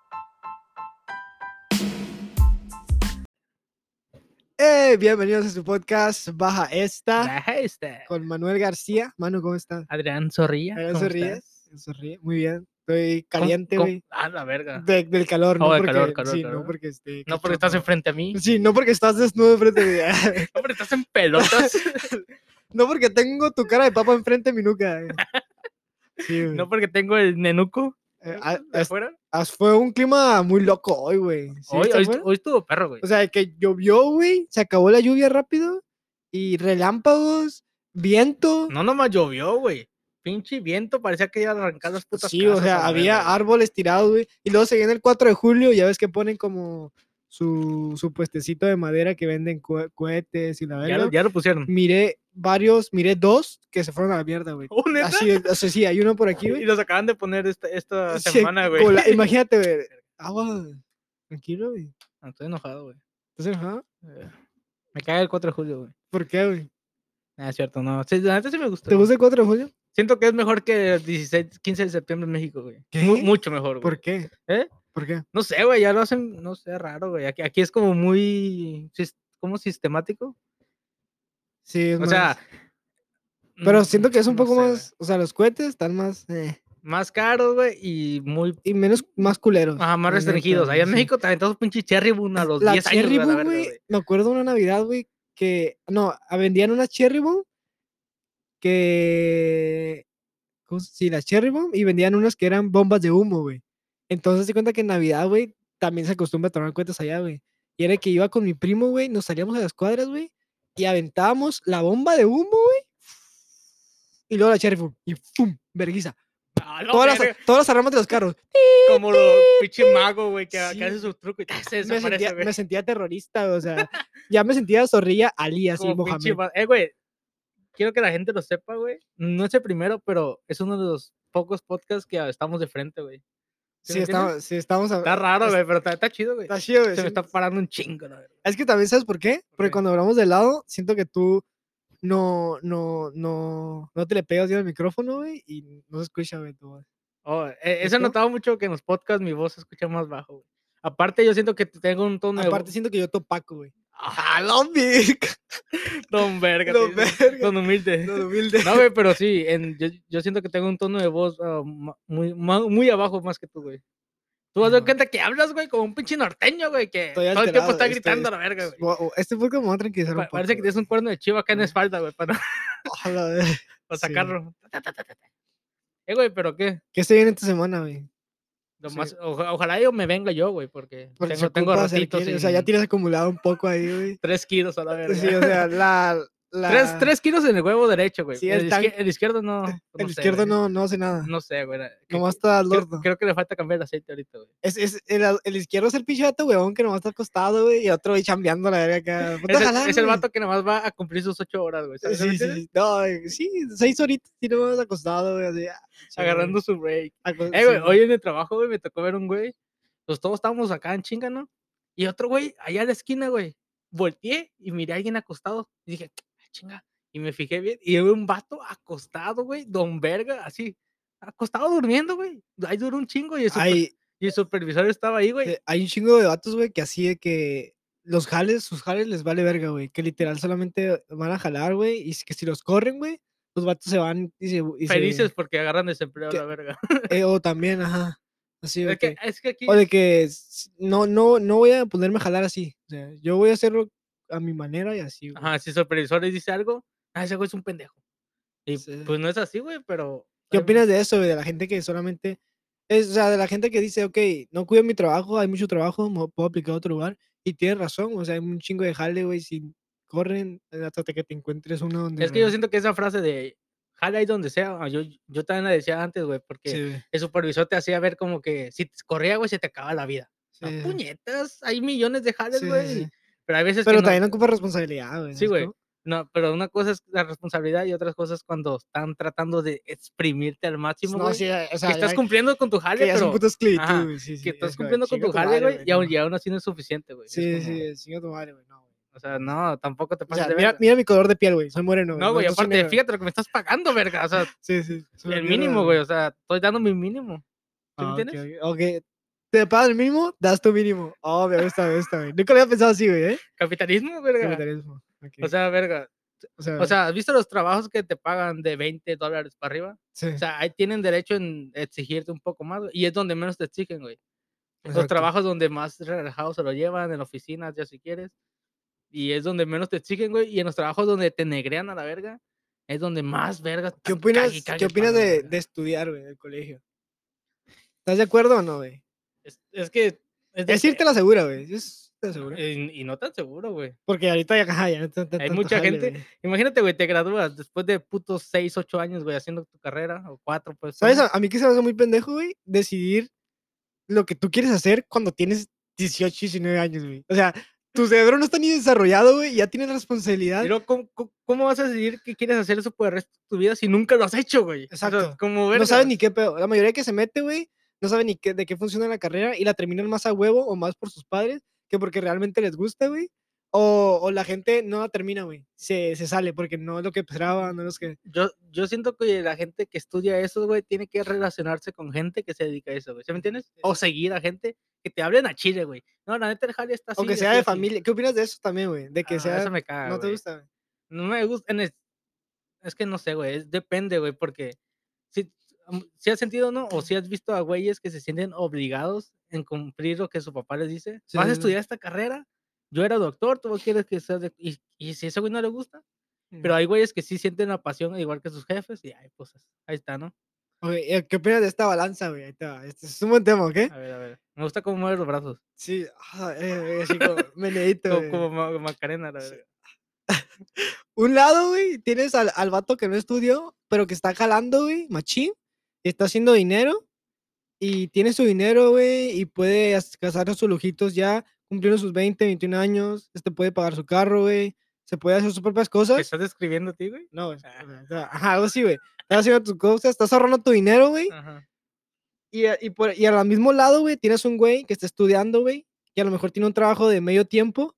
tarde, Eh, bienvenidos a su podcast Baja Esta Ajá, este, con Manuel García. Manu, ¿cómo estás? Adrián Zorrilla. Adrián ¿cómo estás? Zorrías, Zorrías, Muy bien. Estoy ¿Cómo- caliente, cómo- güey. Ah, la verga. de- del calor, no Oh, del porque, calor, calor, sí, no calor. porque esté No porque estás cachondo. enfrente a mí. Sí, no porque estás desnudo enfrente de mí. No porque estás en pelotas. no porque tengo tu cara de papa enfrente de mi nuca. eh. Sí, güey. no porque tengo el nenuco Eh, a- de as- afuera. as- fue un clima muy loco hoy, güey. ¿Sí Hoy, viste hoy, afuera? hoy estuvo perro, güey. O sea, que llovió, güey, se acabó la lluvia rápido y relámpagos, viento. no nomás llovió, güey. Pinche viento, parecía que iba a arrancar las putas Sí, o casas a sea, la había verga, güey. árboles tirados, güey. Y luego se viene el 4 de julio, ya ves que ponen como su, su puestecito de madera que venden cue- cohetes y la Ya verga. lo, ya lo pusieron. Miré varios, miré dos que se fueron a la mierda, güey. Oh, ¿neta? Así, o sea, sí, hay uno por aquí, Y güey. los acaban de poner esta, esta Sí, semana, güey. con la- imagínate, güey. Agua, tranquilo, güey. Ah, Estoy enojado, güey. Entonces, ajá. Eh, Me caga el 4 de julio, güey. ¿Por qué, güey? Ah, es cierto, no. Sí, la neta sí me gustó. ¿Te gusta el 4 de julio? Siento que es mejor que el 16, 15 de septiembre en México, güey. Mu- ¿Qué? mucho mejor, güey. ¿Por qué? ¿Eh? ¿Por qué? No sé, güey, ya lo hacen, no sé, raro, güey. Aquí, aquí es como muy, sis- ¿cómo sistemático? Sí, es O más- sea... Pero mm, siento que es un no poco sé, güey. más, o sea, los cohetes están más, eh, Más caros, güey, y muy... y menos, más culeros. Ajá, más la Pues, neta, restringidos. güey, Allá en sí. México también todos pinche cherry boom a los la 10 años, Cherry güey, a la Bomb, verga, güey, güey. me acuerdo una Navidad, güey, que, no, ah, vendían una Cherry Bomb que, ¿cómo se- sí, la Cherry Bomb, y vendían unas que eran bombas de humo, güey. Entonces se cuenta que en Navidad, güey, también se acostumbra a tomar cuentas allá, güey. Y era que iba con mi primo, güey, nos salíamos a las cuadras, güey, y aventábamos la bomba de humo, güey, y luego la Cherry Bomb, y ¡pum! Verguiza. Ah, la Todas las, verga, todas las armas de los carros. Como los pinche mago, güey, que, que Sí. hace su truco y ¡tas! me se sentía, desaparece, güey. me sentía terrorista, güey, o sea, ya me sentía zorrilla Ali, así, Como pinche Mohamed. ma- Eh, güey, quiero que la gente lo sepa, güey. No es el primero, pero es uno de los pocos podcasts que estamos de frente, güey. Sí, ¿Sí me entiendes? estamos, sí, estamos a- Está raro, Ah, es- güey, pero está, está chido, güey. Está chido, güey, Se me sí. está parando un chingo, la verdad. Es que también, ¿sabes por qué? Porque qué? cuando hablamos de lado, siento que tú no, no, no, no te le pegas bien al micrófono, güey, y no se escucha, güey, tu voz. Oh, eh, eso ¿Listo? he notado mucho que en los podcasts mi voz se escucha más bajo, güey. Aparte, yo siento que tengo un tono Aparte, de siento que yo topaco, güey. ¡Ah, la verga! voz Don verga, Lo te dicen, verga. Don humilde. Lo humilde. No, güey, pero sí, en- yo, yo siento que tengo un tono de voz ah, ma- muy, ma- muy abajo más que tú, güey. Tú vas a dar No. cuenta que hablas, güey, como un pinche norteño, güey, que Estoy todo el tiempo alterado, está estoy- gritando a la verga, güey. Wow, wow, Este podcast me va a tranquilizar un Pa- parece que poco, tienes un cuerno de chivo acá en la espalda, güey, para, güey. A la verga. para Sí. sacarlo. Ta, ta, ta, ta, ta. Eh, güey, pero qué? ¿Qué se viene esta semana, güey? Lo Sí. más- oja- ojalá yo me venga yo, güey, porque, Porque se tengo, tengo ocupa, se ratitos. requiere, O sea, ya sin- tienes acumulado un poco ahí, güey. Tres kilos a la verga. Sí, o sea, la... la... tres, tres kilos en el huevo derecho, güey. Sí, el, el izquier- tan- el izquierdo no. no El sé, izquierdo güey. no, no hace nada. No sé, güey. la- que- Nomás está al creo, horno. creo que le falta cambiar el aceite ahorita, güey. Es, es, el, al- el izquierdo es el pinche vato, weón, que nomás está acostado, güey, y otro ahí chambeando a la verga acá. Ponte a Es, el- jalar, es el Pues güey. vato que nomás va a cumplir sus ocho horas, güey. Sí, ¿sabes? ¿Me sí, entiendes? sí. No, eh, sí, seis horitas y nomás acostado, güey, así. ah, sí, Agarrando su break. güey. Aco- Eh, güey, sí, hoy en el trabajo, güey, me tocó ver un güey. Pues todos estábamos acá en chinga, ¿no? Y otro güey, allá a la esquina, güey. Volteé y miré a alguien acostado. Y dije, "Ah, chinga. Y me fijé bien. Y era un vato acostado, güey. Don verga, así. Acostado durmiendo, güey. Ahí duró un chingo. Y el, super- Hay, y el supervisor estaba ahí, güey. eh, hay un chingo de vatos, güey, que así de que los jales, sus jales les vale verga, güey, que literal solamente van a jalar, güey, y que si los corren, güey, los vatos se van y se... y se- Felices porque agarran desempleo a que- la verga. eh, o también, ajá. Así, güey. Es que, que- es que aquí. O de que s- no, no, no voy a ponerme a jalar así. O sea, yo voy a hacerlo a mi manera y así. güey. Ajá, si el supervisor les dice algo, ah, ese güey es un pendejo. Y Sí. pues no es así, güey, pero. ¿Qué hay- opinas de eso, güey? De la gente que solamente. Es, o sea, de la gente que dice, ok, no cuido mi trabajo, hay mucho trabajo, me puedo aplicar a otro lugar. Y tiene razón, o sea, hay un chingo de jale, güey, si corren eh, hasta que te encuentres uno donde. Es que yo no- siento que esa frase de jala ahí donde sea, ah, yo, yo también la decía antes, güey, porque Sí, güey, el supervisor te hacía ver como que si te corría, güey, se te acaba la vida. Ah, sí, sí, puñetas, hay millones de jales, sí, sí, güey. sí. Pero hay veces Pero que. no- también ocupa responsabilidad, güey. Sí, ¿sabes güey. cómo? No, pero una cosa es la responsabilidad y otra cosa es cuando están tratando de exprimirte al máximo, No, güey. sí, eh, o sea, que estás ya- cumpliendo con tu jale, que ya es un pero puto esclavitud, ajá, güey, sí, sí, que estás es como, cumpliendo con "Chinga tu tu jale, madre, güey, güey, y aún, no". y aún así no es suficiente, güey. Es Sí, como- sí, chinga tu madre, güey, no, güey. O sea, no, tampoco te O sea, pases de mira, verga. mira mi color de piel, güey. Soy moreno. no, güey, yo soy aparte, negro. fíjate lo que me estás pagando, verga. O sea, Sí, sí. soy el mierda, mínimo, güey. O sea, estoy dando mi mínimo. ¿Sí me Ah, ok, entiendes? ok. Ok, Te pagas el mínimo, das tu mínimo. Oh, me gusta, me gusta, güey. Nunca lo había pensado así, güey, ¿eh? Capitalismo, verga. Capitalismo. ok. O sea, verga. o sea, O sea, ¿has visto los trabajos que te pagan de 20 dólares para arriba? sí, O sea, ahí tienen derecho en exigirte un poco más, güey, Y es donde menos te exigen, güey. Los exacto. trabajos donde más relajados se lo llevan, en oficinas, ya si quieres. Y es donde menos te exigen, güey. Y en los trabajos donde te negrean a la verga, es donde más vergas. ¿Qué están opinas, cague y cague ¿qué el opinas palo, la de, verga. de estudiar, güey, en el colegio? ¿Estás de acuerdo o no, güey? Es, es que. Es de- Es irte a la segura, güey. Es irte a la segura. Y, y no tan seguro, güey. Porque ahorita ya, ajá, ya no tan- tan- Hay tanto mucha jale, gente- güey. Imagínate, güey, te gradúas después de putos 6, 8 años, güey, haciendo tu carrera, o 4, pues. ¿Sabes? ponle. A, a mí que se me hace muy pendejo, güey, decidir lo que tú quieres hacer cuando tienes 18, 19 años, güey. O sea, tu cerebro no está ni desarrollado, güey, y ya tienes responsabilidad. Y luego, ¿cómo, cómo, cómo vas a decidir que quieres hacer eso por el resto de tu vida si nunca lo has hecho, güey? O sea, Exacto. como No saben verga. ni qué pedo. La mayoría que se mete, güey, no saben ni qué, de qué funciona la carrera y la terminan más a huevo o más por sus padres que porque realmente les gusta, güey. O, o la gente no la termina, güey. Se, se sale porque no es lo que esperaba, no es que... Yo, yo siento que la gente que estudia eso, güey, tiene que relacionarse con gente que se dedica a eso, güey. ¿Sí me entiendes? O seguir a gente que te hablen a Chile, güey. No, la neta, el jale está así. Aunque así, sea de así. familia. ¿Qué opinas de eso también, güey? De que Ah, sea... Eso me caga, no te güey. gusta, güey. No me gusta. en Es, es que no sé, güey. es- Depende, güey, porque si, am- si has sentido, ¿no? O si has visto a güeyes que se sienten obligados en cumplir lo que su papá les dice. Sí, Vas sí, a sí. estudiar esta carrera. Yo era doctor, tú quieres que seas. de- Y, y si a ese güey no le gusta. Pero hay güeyes que sí sienten la pasión igual que sus jefes y hay cosas. Ahí está, ¿no? Ok, eh, ¿Qué opinas de esta balanza, güey? Ahí te va, Este es un buen tema, ¿ok? A ver, a ver. Me gusta cómo mueves los brazos. Sí, ah, eh, eh, así como meneíto, Como, güey. como Ma- Macarena, la verdad. Un lado, güey, tienes al, al vato que no estudió, pero que está jalando, güey, machín, y está haciendo dinero, y tiene su dinero, güey, y puede as- casarse sus lujitos ya, cumpliendo sus 20, 21 años, este puede pagar su carro, güey, se puede hacer sus propias ¿Te cosas. estás describiendo a ti, güey? No, es- Ah. o sea, ajá, algo así, güey. Estás haciendo tus cosas, estás ahorrando tu dinero, güey, Ajá. Y, a- y, por, y al mismo lado, güey, tienes un güey que está estudiando, güey, que a lo mejor tiene un trabajo de medio tiempo,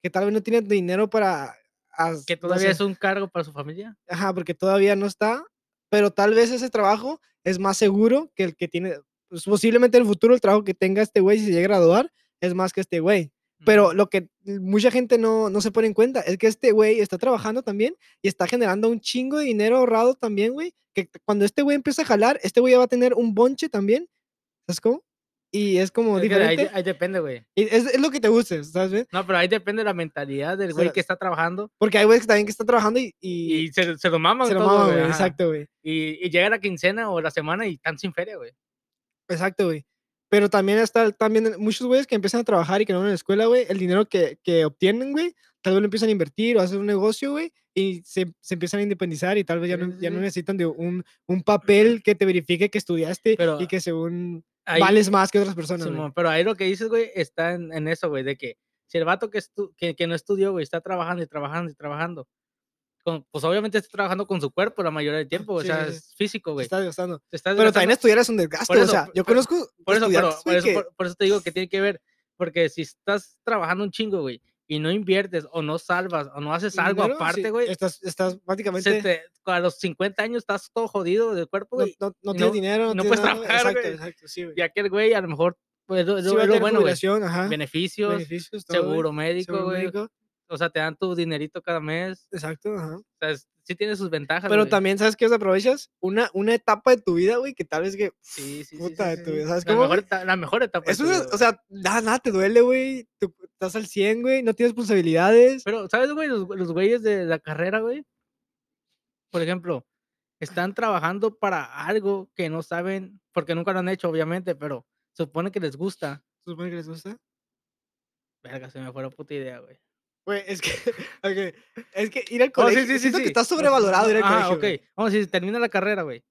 que tal vez no tiene dinero para... as- Que no todavía sé, es un cargo para su familia. Ajá, porque todavía no está, pero tal vez ese trabajo es más seguro que el que tiene... pues, posiblemente en el futuro el trabajo que tenga este güey, si se llega a graduar, es más que este güey. Pero Ujú. lo que mucha gente no, no se pone en cuenta es que este güey está trabajando también y está generando un chingo de dinero ahorrado también, güey. Que cuando este güey empieza a jalar, este güey ya va a tener un bonche también. ¿Sabes cómo? Y es como Es que ahí, diferente. de- ahí depende, güey. y Es, es lo que te guste, ¿sabes? bien? No, pero ahí depende la mentalidad del O güey sea, que está trabajando Porque hay güeyes que también que están trabajando y, y y se, se lo maman se lo todo, maman, güey, güey. ajá. Exacto, güey. Y, y llega la quincena o la semana y están sin feria, güey. Exacto, güey. Pero también está, también muchos güeyes que empiezan a trabajar y que no van a la escuela, güey, el dinero que, que obtienen, güey, tal vez lo empiezan a invertir o hacer un negocio, güey, y se, se empiezan a independizar y tal vez ya Sí, no, sí, ya no sí. necesitan de un, un papel que te verifique que estudiaste Pero y que según Ahí, vales más que otras personas, güey. Simón, pero ahí lo que dices, güey, está en, en eso, güey, de que si el vato que, estu- que, que no estudió, güey, está trabajando y trabajando y trabajando, con- pues obviamente está trabajando con su cuerpo la mayoría del tiempo, Sí, o sea, sí, sí. es físico, Te güey. Pues, estás gastando. Te estás Pero también gastando- estudiar es un desgaste, por o eso, sea, por- yo por- conozco Por eso, pero, estudiantes, por, güey, eso, que- por- por eso te digo que tiene que ver, porque si estás trabajando un chingo, güey, y no inviertes o no salvas o no haces sin algo dinero, sí, aparte, güey, Estás, estás se prácticamente, te- a los 50 años estás todo jodido del cuerpo, no, güey. no, no y tienes no- dinero, no, no tienes puedes nada, trabajar, exacto, güey. exacto, sí, güey. Y aquel güey, a lo mejor, pues, es lo- es Sí lo- va a es lo tener bueno, güey. jubilación, ajá, Beneficios, beneficios, todo, güey, seguro médico, seguro güey. médico, O sea, te dan tu dinerito cada mes. Exacto, ajá. O sea, es- sí tiene sus ventajas, Pero güey. también, ¿sabes qué desaprovechas? Una, una etapa de tu vida, güey, que tal vez que. Sí, sí, sí, sí, puta de sí, tu sí. vida, ¿sabes la cómo, Mejor, güey? eta- la mejor etapa. de Es tu una, vida, o güey. sea, nada, nada te duele, güey. tú Estás al 100, güey. No tienes responsabilidades. Pero, ¿sabes, güey? Los, los güeyes de la carrera, güey. Por ejemplo, están trabajando para algo que no saben, porque nunca lo han hecho, obviamente, pero supone que les gusta. ¿Supone que les gusta? Verga, se me fue la puta idea, güey. Güey, es que. ok, Es que ir al Oh, sí, colegio. sí, sí, siento sí. que está No, sí, no, sobrevalorado ir al ajá, colegio. güey. Ah, ok. Vamos, si termina la carrera, güey.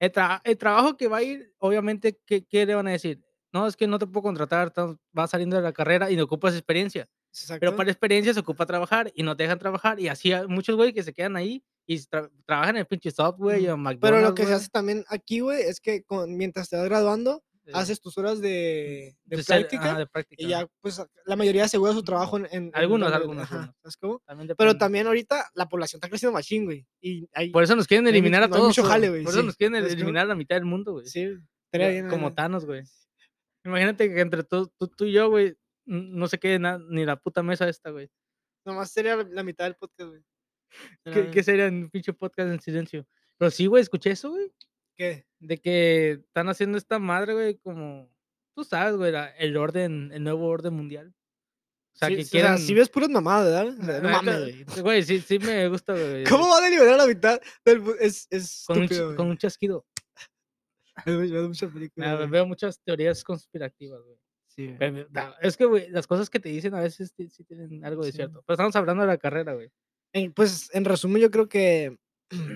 El, tra- el trabajo que va a ir, obviamente, ¿qué, qué le van a decir? No, es que no te puedo contratar, estás- vas saliendo de la carrera y no ocupas experiencia. Pero Exacto. para la experiencia se ocupa trabajar y no te dejan trabajar. Y así hay muchos güey que se quedan ahí y tra- trabajan en el pinche software y Ujú. en McDonald's. Pero lo que se güey. hace también aquí, güey, es que con- mientras te vas graduando, Eh, haces tus horas de, de pues, el- práctica. ajá, de práctica, y ajá. ya, pues, la mayoría asegura su trabajo en. en- en Algunos, donde- algunos, ajá, algunos. ¿Sabes cómo? También Pero depende. también ahorita la población está creciendo machín, güey. Y hay, Por eso nos quieren hay mucho- eliminar a no hay todos. mucho güey. jale, güey, Por eso sí. nos quieren ¿Sabes cómo? eliminar a la mitad del mundo, güey. sí, Ya, estaría bien, Como ajá. Thanos, güey. Imagínate que entre tú, tú, tú y yo, güey, n- no se quede na- ni la puta mesa esta, güey. Nomás sería la- la mitad del podcast, güey. No ¿Qué, mames. qué sería un pinche podcast en silencio? Pero sí, güey, escuché eso, güey. ¿Qué? De que están haciendo esta madre, güey, como. Tú sabes, güey, la- el orden, el nuevo orden mundial. O sea, Sí, que o sea, quieran. si ves puras mamadas, ¿verdad? O sea, no la neta, eh, mames, güey. Güey, sí, sí me gusta, güey. ¿Cómo va a deliberar la mitad del mu- Es, es Con un, estúpido, ch- güey. con un chasquido. Me veo- me veo muchas Ah, películas, güey. veo muchas teorías conspirativas, güey. Sí, güey. Pero, da- Es que, güey, las cosas que te dicen a veces sí, sí tienen algo de Sí. cierto. Pero estamos hablando de la carrera, güey. En- Pues, en resumen, yo creo que...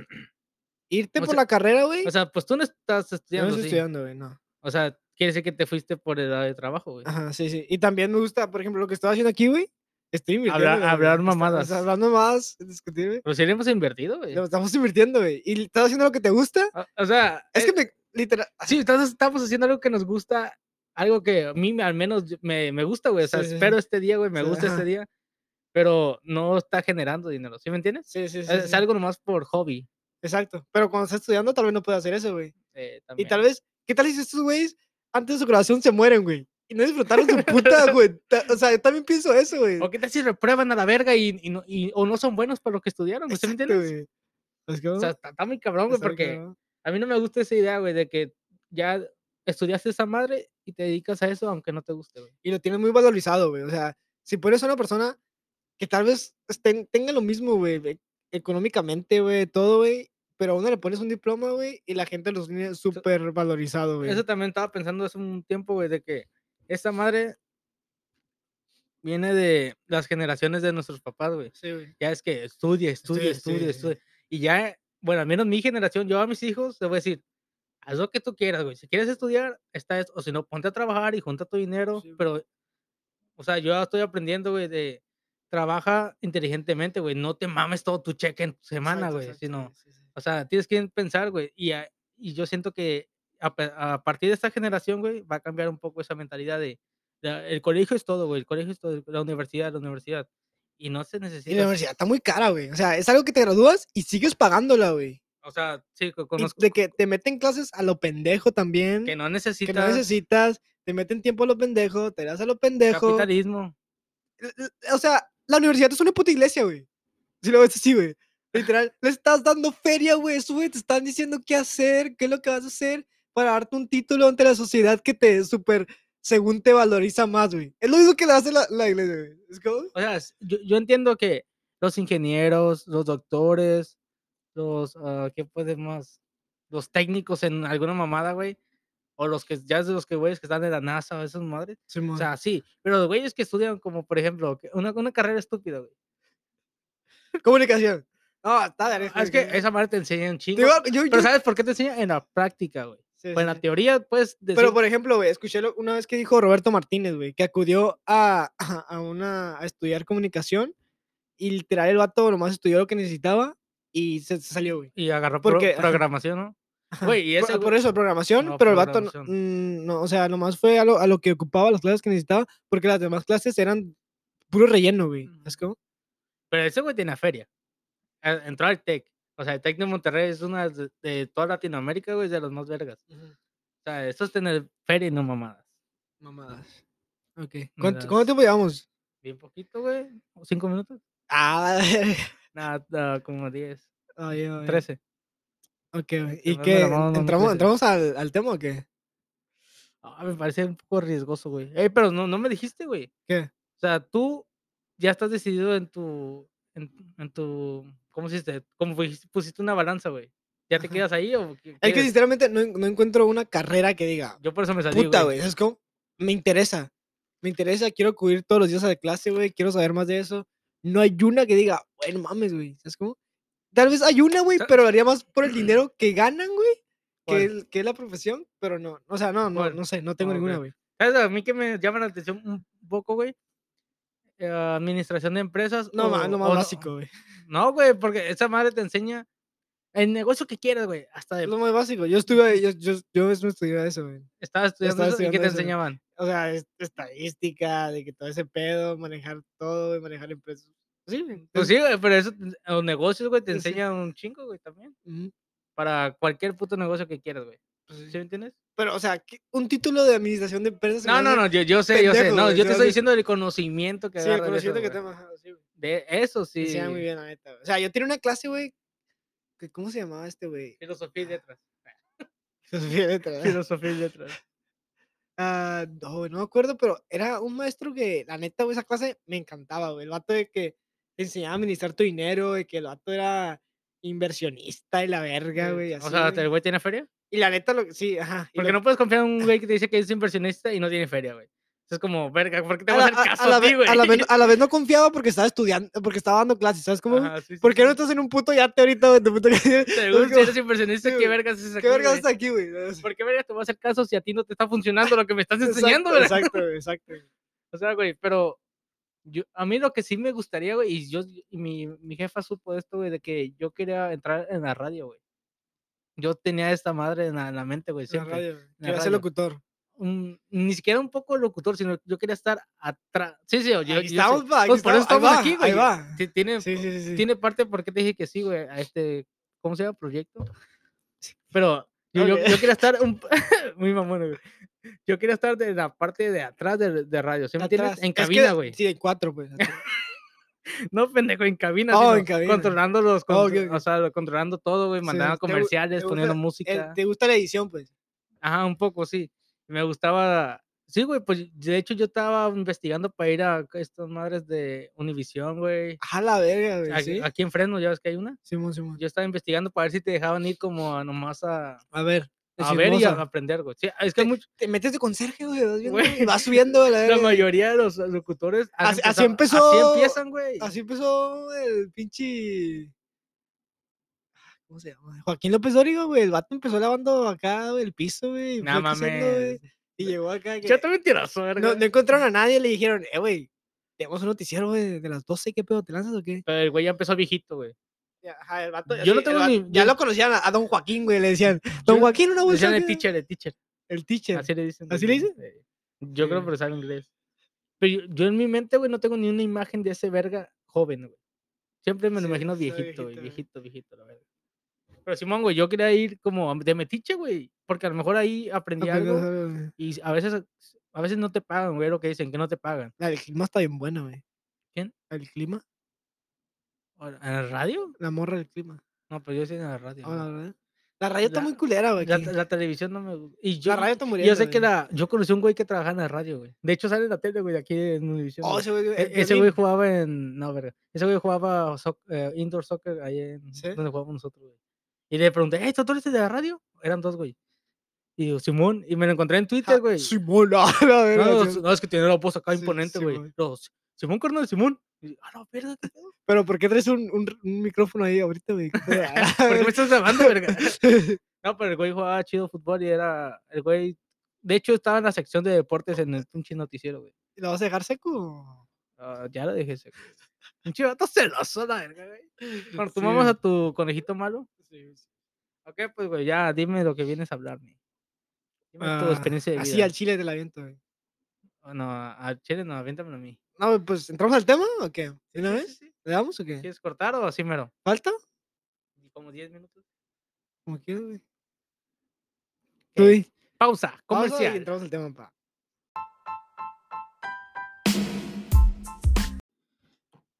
Irte O por sea- la carrera, güey. O sea, pues tú no yo estás no estudiando, estoy sí. estudiando, güey, no. O sea, quiere decir que te fuiste por edad de trabajo, güey. Ajá, sí, sí. Y también me gusta, por ejemplo, lo que estaba haciendo aquí, güey. Estoy invirtiendo. güey, hablar está- o sea, mamadas. hablando más, discutir, güey. Pero si le hemos invertido, güey. Lo estamos invirtiendo, güey. Y estás haciendo lo que te gusta. O, o sea, Es eh, que me, literal, ah, sí, estás- estamos haciendo algo que nos gusta, algo que a mí me- al menos yo- me, me gusta, güey. O sea, Sí, sí, sí. espero este día, güey, me Sí, gusta ajá. este día, pero no está generando dinero, ¿sí me entiendes? Sí, sí, sí. es, es sí, algo nomás por hobby. Exacto. Pero cuando estás estudiando, tal vez no puedes hacer eso, güey. eh, Y también. tal vez, ¿qué tal si estos güeyes antes de su grabación se mueren, güey? Y no disfrutaron su puta, güey. ta- O sea, yo también pienso eso, güey. O qué tal si reprueban a la verga y, y no, y- o no son buenos para lo que estudiaron, güey, ¿sí me Exacto, entiendes? güey. Pues, ¿cómo? O sea, está, está muy cabrón, güey, Está porque cabrón. a mí no me gusta esa idea, güey, de que ya estudiaste esa madre y te dedicas a eso aunque no te guste, güey. Y lo tienes muy valorizado, güey. O sea, si pones a una persona que tal vez estén- tenga lo mismo, güey, e- económicamente, güey, todo, güey. Pero a uno le pones un diploma, güey, y la gente los tiene súper valorizado, güey. Eso también estaba pensando hace un tiempo, güey, de que esa madre viene de las generaciones de nuestros papás, güey. Sí, güey. Ya es que estudia, Estudia, estudia, estudia, estudia, sí. estudia. Y ya, bueno, al menos mi generación, yo a mis hijos les voy a decir, haz lo que tú quieras, güey. Si quieres estudiar, está esto. O si no, ponte a trabajar y junta tu dinero. Sí, güey. Pero, o sea, yo estoy aprendiendo, güey, de trabaja inteligentemente, güey. No te mames todo tu cheque en tu semana, Exacto, güey. exacto, Sino, sí, sí. o sea, tienes que pensar, güey. Y, a- y yo siento que a, pa- a partir de esta generación, güey, va a cambiar un poco esa mentalidad de, de, el colegio es todo, güey. El colegio es todo, la universidad, la universidad. Y no se Y la necesita. universidad está muy cara, güey. O sea, es algo que te gradúas y sigues pagándola, güey. O sea, sí, co- Y conozco. De que te meten clases a lo pendejo también. que no que necesita no necesitas. Te meten tiempo a lo pendejo, te das a lo pendejo. capitalismo. l- l- O sea, la universidad es una puta iglesia, güey. Si lo ves así, güey. Literal, le estás dando feria, güey. Eso, güey, te están diciendo qué hacer, qué es lo que vas a hacer para darte un título ante la sociedad que te súper, según te valoriza más, güey. Es lo mismo que le hace la, la iglesia, güey. ¿Es como? O sea, s- yo, yo entiendo que los ingenieros, los doctores, los, ah, ¿qué podemos? Los técnicos en alguna mamada, güey. O los que, ya es de los que, güeyes que están de la NASA o esas madres. O sea, sí. Pero los güeyes que estudian como, por ejemplo, que- una, una carrera estúpida, güey. Comunicación. No, está de Ah, Es que esa madre te enseña un Te chingo. digo, yo- yo- Pero ¿sabes por qué te enseña? En la práctica, güey. sí, Pues en sí, la sí. teoría, pues, decir, Pero, por ejemplo, güey, escuché lo- una vez que dijo Roberto Martínez, güey, que acudió a, a, una, a estudiar comunicación y literal el vato nomás estudió lo que necesitaba y se, se salió, güey. y agarró pro- porque- ajá. programación, ¿no? Güey, y ese Por, por güey- eso, programación, No, pero el vato, no, programación. mm, no, o sea, nomás fue a lo, a lo que ocupaba las clases que necesitaba, porque las demás clases eran puro relleno, güey. ¿Sabes cómo? Pero ese güey tiene feria. Eh, Entró al TEC. O sea, el TEC de Monterrey es una de, de toda Latinoamérica, güey, es de los más vergas. O sea, eso es tener feria y no mamadas. Mamadas. Ok. Mamadas. ¿Cuánto, cuánto tiempo llevamos? Bien poquito, güey. ¿Cinco minutos? Ah, Nada, nada, como diez. ay, ay, Trece. Ok, güey. ¿Y más me qué? la mamo, no me ¿Entramos, crece. entramos al, al tema o qué? Ah, me parece un poco riesgoso, güey. Ey, pero no, no me dijiste, güey. ¿Qué? O sea, tú ya estás decidido en tu... En, en tu ¿Cómo se dice? Como fuis- pusiste una balanza, güey. ¿Ya te Ajá. quedas ahí o qué- Es que quieres? sinceramente no, en- no encuentro una carrera que diga, Yo por eso me salí, puta, güey, es como, me interesa, me interesa, quiero acudir todos los días a la clase, güey, quiero saber más de eso. No hay una que diga, bueno, mames, güey, es como, tal vez hay una, güey, Sa- pero lo haría más por el dinero que ganan, güey, que, ¿Cuál? el- que es la profesión, pero no, o sea, no, no, ¿Cuál? no sé, no tengo Ah, ok. ninguna, güey. ¿Sabes? A mí que me llama la atención un poco, güey. Eh, administración de empresas. No, ma- o- lo o más no- básico, güey. No, güey, porque esa madre te enseña el negocio que quieras, güey. Hasta de, Lo más básico. Yo estuve, yo, yo, yo mismo estudié eso, güey. estabas estudiando estaba eso y qué estudiando te eso, güey. enseñaban. O sea, es- estadística, de que todo ese pedo, manejar todo, güey, manejar empresas. Sí, güey, es- Pues sí, güey, pero eso, te- los negocios, güey, te Sí, sí. enseñan un chingo, güey, también. ujú, Para cualquier puto negocio que quieras, güey. mm, pues sí. ¿Sí me entiendes? Pero, o sea, ¿qué- un título de administración de empresas. se me No, no, hace- no, yo, yo sé, yo sé. pendejo, No, güey, se yo te hace- estoy diciendo del conocimiento que Sí, el agarras de eso, conocimiento que güey. tengo. ajá, sí, güey. De eso Me sí. enseñaba muy bien, la neta. güey. O sea, yo tenía una clase, güey. que- ¿Cómo se llamaba este, güey? Filosofía y letras. Filosofía y letras, ¿verdad? Filosofía y letras. Ah, no, güey, no me acuerdo, pero era un maestro que, la neta, güey, esa clase me encantaba, güey. El vato de que te enseñaba a administrar tu dinero, de que el vato era inversionista y la verga, güey. O así, sea, güey. ¿el güey tiene feria? Y la neta, lo, sí, ajá. y Porque lo- no puedes confiar en un güey que te dice que es inversionista y no tiene feria, güey. Entonces, como, verga, ¿por qué te a voy a la- hacer a- caso a la a ti, vez- güey? a la vez no- a la vez no confiaba porque estaba estudiando, porque estaba dando clases, ¿sabes cómo? güey? Ajá, sí, sí, ¿Por qué no sí. estás en un puto yate ahorita, güey? De puta que- Según Entonces, si como, eres inversionista, Sí, ¿qué güey. vergas es aquí, ¿Qué verga güey? está aquí, güey? O sea, ¿Por qué vergas te voy a hacer caso si a ti no te está funcionando lo que me estás exacto, enseñando, güey? exacto, güey, exacto. güey. O sea, güey, pero yo, a mí lo que sí me gustaría, güey, y yo, y mi, mi jefa supo esto, güey, de que yo quería entrar en la radio, güey. Yo tenía esta madre en la, en la mente, güey, La siempre. radio, güey. la Que iba a ser radio. locutor. un- ni siquiera un poco locutor, sino yo quería estar atrás. Sí, sí, yo, yo Aquí sé. estamos, pa, aquí Pues por eso estamos. estamos Ahí aquí, va, ahí güey. va. Ti- Tiene, Sí, sí, sí, sí. tiene parte porque te dije que sí, güey, a este, ¿cómo se llama? Proyecto. Pero yo, yo- Ok. yo quería estar un... Muy mamón, güey. Yo quería estar de la parte de atrás de, de radio, ¿sí me entiendes? Atrás. En Es que- cabina, güey. Sí, en cuatro, pues. atrás. No, pendejo, en cabina. Oh, sino en cabina. Controlando los, Oh, ok, contro- ok. o sea, lo- controlando todo, güey, Sí, mandando te gu- comerciales, te poniendo gusta El- música. ¿Te gusta la edición, pues? Ajá, un poco, sí. Me gustaba. Sí, güey, pues de hecho yo estaba investigando para ir a estas madres de Univision, güey. Ajá, la verga, güey. Aquí, Sí, aquí en Fresno, ya ves que hay una. Simón, Simón. Yo estaba investigando para ver si te dejaban ir como a nomás a, A ver. a ver y a aprender, güey. Sí, es que Te- mucho- Te metes de conserje, güey. Vas viendo Güey. y vas subiendo a la la verga. mayoría de los locutores eh. Así- así empezado- empezó- Así empiezan, güey. Así empezó el pinche. Ah, ¿Cómo se llama? Joaquín López Dórigo, güey. El vato empezó lavando acá, güey, el piso, güey. y No fue creciendo, mames. güey, Y llegó acá. que- Chato mentiroso, verga. No, no encontraron a nadie. Le dijeron, eh, güey, tenemos un noticiero, güey, de las 12. ¿Qué pedo? ¿Te lanzas o qué? Pero el güey ya empezó viejito, güey. Ajá, el vato. Yo no el tengo vato- ni- Ya yo- lo conocían a, a Don Joaquín, güey. Le decían, Don Yo- Joaquín, una bolsa. Decían el de-". teacher, el teacher. El teacher. Así le dicen. ¿Así le dicen, eh, Yo creo Sí. que pero sabe inglés. Pero yo, yo en mi mente, güey, no tengo ni una imagen de ese verga joven, güey. Siempre me lo Sí, imagino está viejito, güey, viejito, güey. viejito, viejito, la verga. Pero Simón, güey, yo quería ir como a- de metiche, güey, porque a lo mejor ahí aprendí Apenas algo algo, güey. y a veces, a veces no te pagan, güey, lo que dicen, que no te pagan. La del clima está bien buena, güey. ¿Quién? El clima. ¿O ¿En la radio? La morra del clima. No, pero yo sí en la radio. Ah, la güey. verdad. La radio está La- muy culera, güey. La, aquí. la televisión no me gusta. Y yo, La radio está y muriendo. yo sé que güey. la, yo conocí a un güey que trabajaba en la radio, güey. De hecho, sale en la tele, güey, de aquí en Univision. Oh, güey. ese güey. E- el Ese Piolín. güey jugaba en. No, verga. Ese güey jugaba soc- eh, indoor soccer ahí en ¿Sí? donde jugábamos nosotros, güey. Y le pregunté, ¿eh, tú eres el de la radio? Eran dos, güey. Y digo, Simón. Y me lo encontré en Ja, Twitter, güey. Simón, no, ah, la No, verga, no, sí. s- no, es que tiene la voz acá Sí, imponente, güey. Simón. Luego, "Si- Simón, carnal, Simón. Y, yo, ah, la verga, ¿qué pedo? Pero ¿por qué traes un, un- un micrófono ahí ahorita, güey? ¿Qué pedo? Ah, ¿Por qué me estás grabando, verga? No, pero el güey jugaba chido fútbol y era. El güey. De hecho, estaba en la sección de deportes en el pinche noticiero, güey. ¿Lo vas a dejar seco? Ah, ya lo dejé ese. Un chivato celoso, la verga, güey. Bueno, Sí, tomamos güey. a tu conejito malo. Ok, pues, güey, ya dime lo que vienes a hablarme. Dime tu Ah, experiencia de vida. Así al chile te la aviento, güey. Oh, No, a Chile no, aviéntamelo a mí. No, güey, pues, ¿entramos al tema o qué? ¿De una Sí, vez? sí, sí. ¿Le damos o qué? ¿Quieres cortar o así mero? ¿Falta? Como 10 minutos. Como quieras, güey. Ok, Tú di. Pausa, Pausa y comercial. entramos al tema, pa.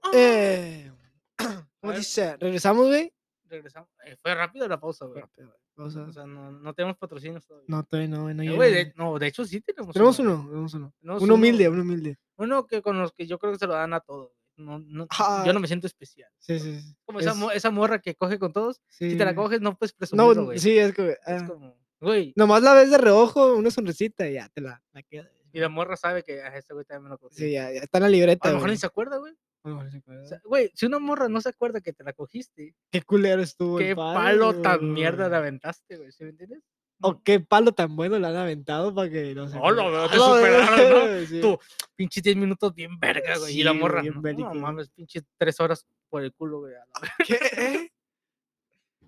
Ah, Eh, ¿Cómo ver. dice? ¿Regresamos, güey? Regresamos. Eh, fue rápido la pausa, güey. Rápido, güey. Pausa. O sea, no, no tenemos patrocinios todavía. No, todavía no, güey, no Eh, llega, güey, güey. de- no, de hecho sí tenemos. Tenemos güey. uno, tenemos uno. Tenemos Uno humilde, uno humilde. Uno que con los que yo creo que se lo dan a todos. güey. No, no, Ah, yo no me siento especial. Sí, sí, sí. Como esa, Es- mo- esa morra que coge con todos. Si te la sí. coges, no puedes presumirlo, No, güey. sí, es que. Es ah, como, güey, Nomás la ves de reojo, una sonrisita y ya te la, la quedas. Y la morra sabe que a este güey también me lo cogí. Sí, ya, ya está en la libreta. a lo mejor ni güey. se acuerda, güey. A lo mejor ni se acuerda. O sea, Güey, si una morra no se acuerda que te la cogiste, Qué culero estuvo. el qué palo tan güey. mierda la aventaste, güey. ¿Sí me entiendes? O qué palo tan bueno le han aventado para que no se. Hola, acuerde. güey, te A la superaron, ¿no? verga, sí. Tú, Pinches 10 minutos bien verga, güey. y la Sí, güey, morra. bien No, bélico, no güey. mames, pinches 3 horas por el culo, güey. a la verga". ¿Qué?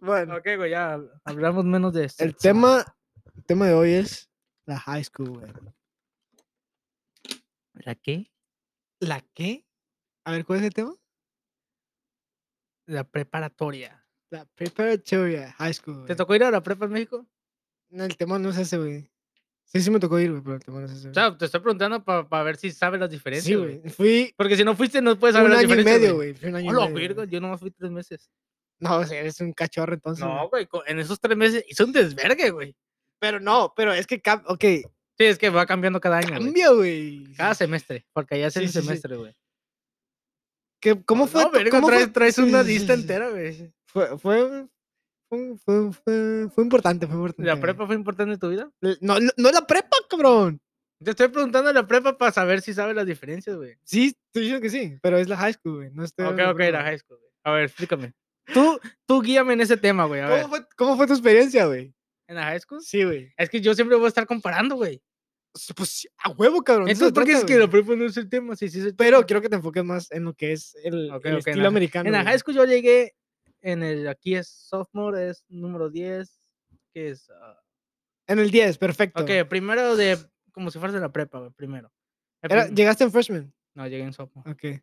Bueno, ok, güey, ya hablamos menos de eso. el tema, el tema de hoy es la high school, güey. ¿La qué? ¿La qué? A ver, ¿cuál es el tema? La preparatoria. La preparatoria high school. ¿Te güey. tocó ir a la prepa en México? No, el tema no es ese, güey. Sí, sí me tocó ir, güey, pero te bueno, sí, sí, O sea, te estoy preguntando para ver si sabes las güey. diferencias. Sí, güey. güey. Fui Porque si no fuiste, no puedes saber un las año y diferencias. medio, güey. Fui un año y Hola, medio, virgo, güey. yo nomás fui tres meses. No, o sea, eres un cachorro entonces. güey. No, güey, co- en esos tres meses hice un desvergue, güey. Pero no, pero es que, cap- ok, Sí, es que va cambiando cada año. güey. cambia, güey. Cada semestre, porque allá es Sí, el sí, sí. semestre, güey. ¿Qué- ¿Cómo fue? No, tu- verga, cómo fue- traes, traes sí, una sí, sí, lista sí. entera, güey. Fue, fue, fue, fue, fue- fue importante, fue importante. ¿La güey. prepa fue importante en tu vida? L- No, no, no la prepa, cabrón. Te estoy preguntando la prepa para saber si sabes las diferencias, güey. Sí, estoy diciendo que sí, pero es la high school, güey. No estoy Ok, hablando de ok, la prepa. high school, güey. A ver, explícame. Tú, tú guíame en ese tema, güey. A ver, ¿Cómo fue, ¿Cómo fue tu experiencia, güey? ¿en la high school? Sí, güey. Es que yo siempre voy a estar comparando, güey. S- Pues sí, a huevo, cabrón. de eso Entonces, se ¿por qué trata, es que güey. la prepa no es el tema? Sí, sí, es el Pero tema. quiero que te enfoques más en lo que es el, Ok, el ok, en estilo la- americano. En la güey. high school yo llegué en el, aquí es sophomore, es número 10, que es... ah, En el 10, perfecto. ok, primero de, como si fueras de la prepa, güey, primero. El Era- prim- llegaste en freshman. no, llegué en sophomore. Ok. Sí,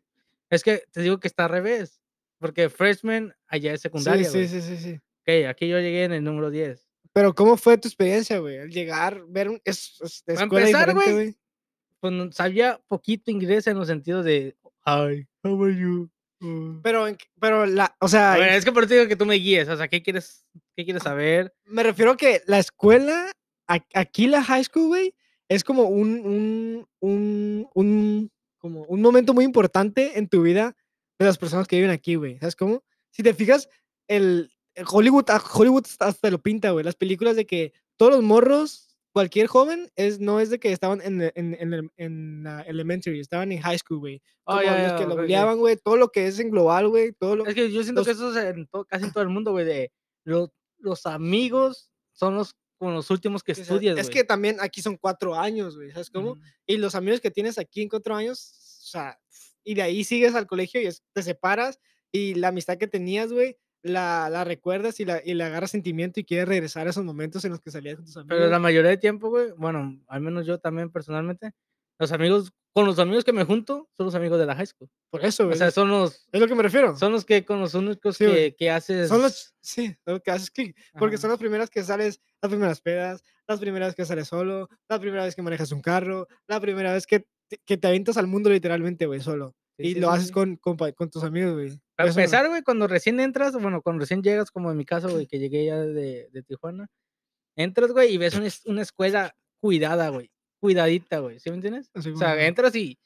Es que te digo que está al revés, porque freshman allá es secundaria, Sí, güey. sí, sí, sí. Ok, aquí yo llegué en el número 10. Pero ¿cómo fue tu experiencia, güey? Al llegar, ver un... Es, es de Para escuela empezar, diferente, güey, güey. Pues no- sabía poquito inglés en los sentidos de, hi, how are you? Uh, Pero, en qué- pero la, o sea, A en ver, es que por eso te digo que tú me guíes, o sea, ¿qué quieres, qué quieres saber? Me refiero a que la escuela, a- aquí la high school, güey, es como un, un, un, un- como un momento muy importante en tu vida de las personas que viven aquí, güey. ¿Sabes cómo? Si te fijas, el, el Hollywood, a- Hollywood hasta- hasta lo pinta, güey. Las películas de que todos los morros, cualquier joven, es, no es de que estaban en, el- en, en el- en la elementary, estaban en high school, güey. Ah, Como ya, los ya, que lo ok, ok. buleaban, güey, todo lo que es en global, güey, todo lo... Es que yo siento que los- eso es en todo- casi en todo el mundo, güey, de lo- los amigos son los, con los últimos que que se- estudias, es güey. que también aquí son cuatro años, güey, ¿sabes cómo? Ujú. y los amigos que tienes aquí en cuatro años, o sea, y de ahí sigues al colegio y es- te separas y la amistad que tenías, güey, la, la recuerdas y, la, y le agarras sentimiento y quieres regresar a esos momentos en los que salías con tus amigos. Pero la mayoría de tiempo, güey, bueno, al menos yo también personalmente, los amigos, con los amigos que me junto, son los amigos de la high school. Por eso, O güey. sea, es, son los, es lo que me refiero. Son, son los que con los únicos Sí, güey. que, que haces... los, sí, lo que haces clic. Porque Ajá. son las primeras que sales, las primeras pedas, las primeras que sales solo, la primera vez que manejas un carro, la primera vez que, te- que te avientas al mundo literalmente, güey, solo. Sí, y sí, lo sí, haces sí. con, con, pa- con tus amigos, güey. Para Eso me refiero. empezar, güey, cuando recién entras, bueno, cuando recién llegas, como en mi caso, güey, que llegué ya de, de Tijuana, entras, güey, y ves una, es- una escuela cuidada, güey, cuidadita, güey, ¿sí me entiendes? Así O como, sea, entras y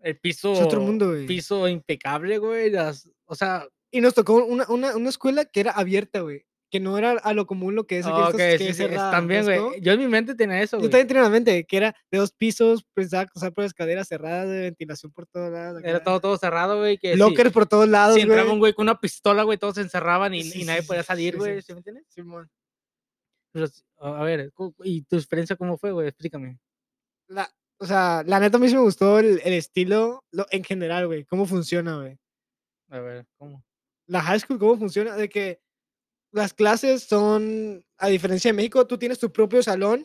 el piso, mundo, güey. piso impecable, güey, las, o sea, Y nos tocó una, una, una escuela que era abierta, güey. Que no era a lo común lo que es aquí. ah, estas ok, que sí, es sí, es- cerrada, también, ¿sabes cómo? güey, yo en mi mente tenía eso, Yo güey, también tenía la mente que era de dos pisos, pensaba cruzar por las caderas cerradas, de ventilación por todos lados. era acá, todo, todo cerrado, güey, que si- Lockers por todos lados, si, güey. entraba un güey con una pistola, güey, todos se encerraban y, Sí, y sí, nadie sí, podía sí, salir, sí. güey, ¿sí me entiendes? Simón. Pero sí, a a ver, cu- ¿y tu experiencia cómo fue, güey? Explícame. La, o sea, la neta a mí sí me gustó el, el estilo lo, en general, güey. Cómo funciona, güey. A ver, ¿cómo? La high school, cómo funciona. De que las clases son, a diferencia de México, tú tienes tu propio salón.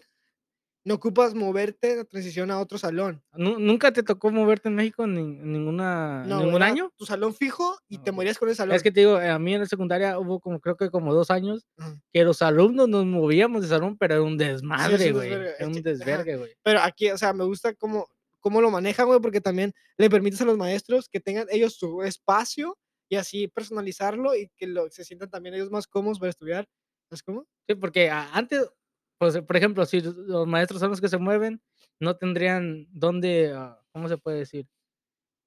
No ocupas moverte la transición a otro salón. Nu- ¿Nunca te tocó moverte en México en nin- en ninguna, en No, Ah, ningún era año? Tu salón fijo y Ah, te ok. morías con el salón. Es que te digo, eh, a mí en la secundaria hubo como, creo que como dos años, Ajá. que los alumnos nos movíamos de salón, pero era un desmadre, un güey. desvergue, es Era un que- ajá. desvergue, güey. Pero aquí, o sea, me gusta cómo, cómo lo manejan, güey, porque también le permites a los maestros que tengan ellos su espacio y así personalizarlo y que lo, se sientan también ellos más cómodos para estudiar. ¿Sabes cómo? Sí, porque a- antes, pues, eh, por ejemplo, si los- los maestros son los que se mueven, no tendrían dónde, ah, ¿cómo se puede decir?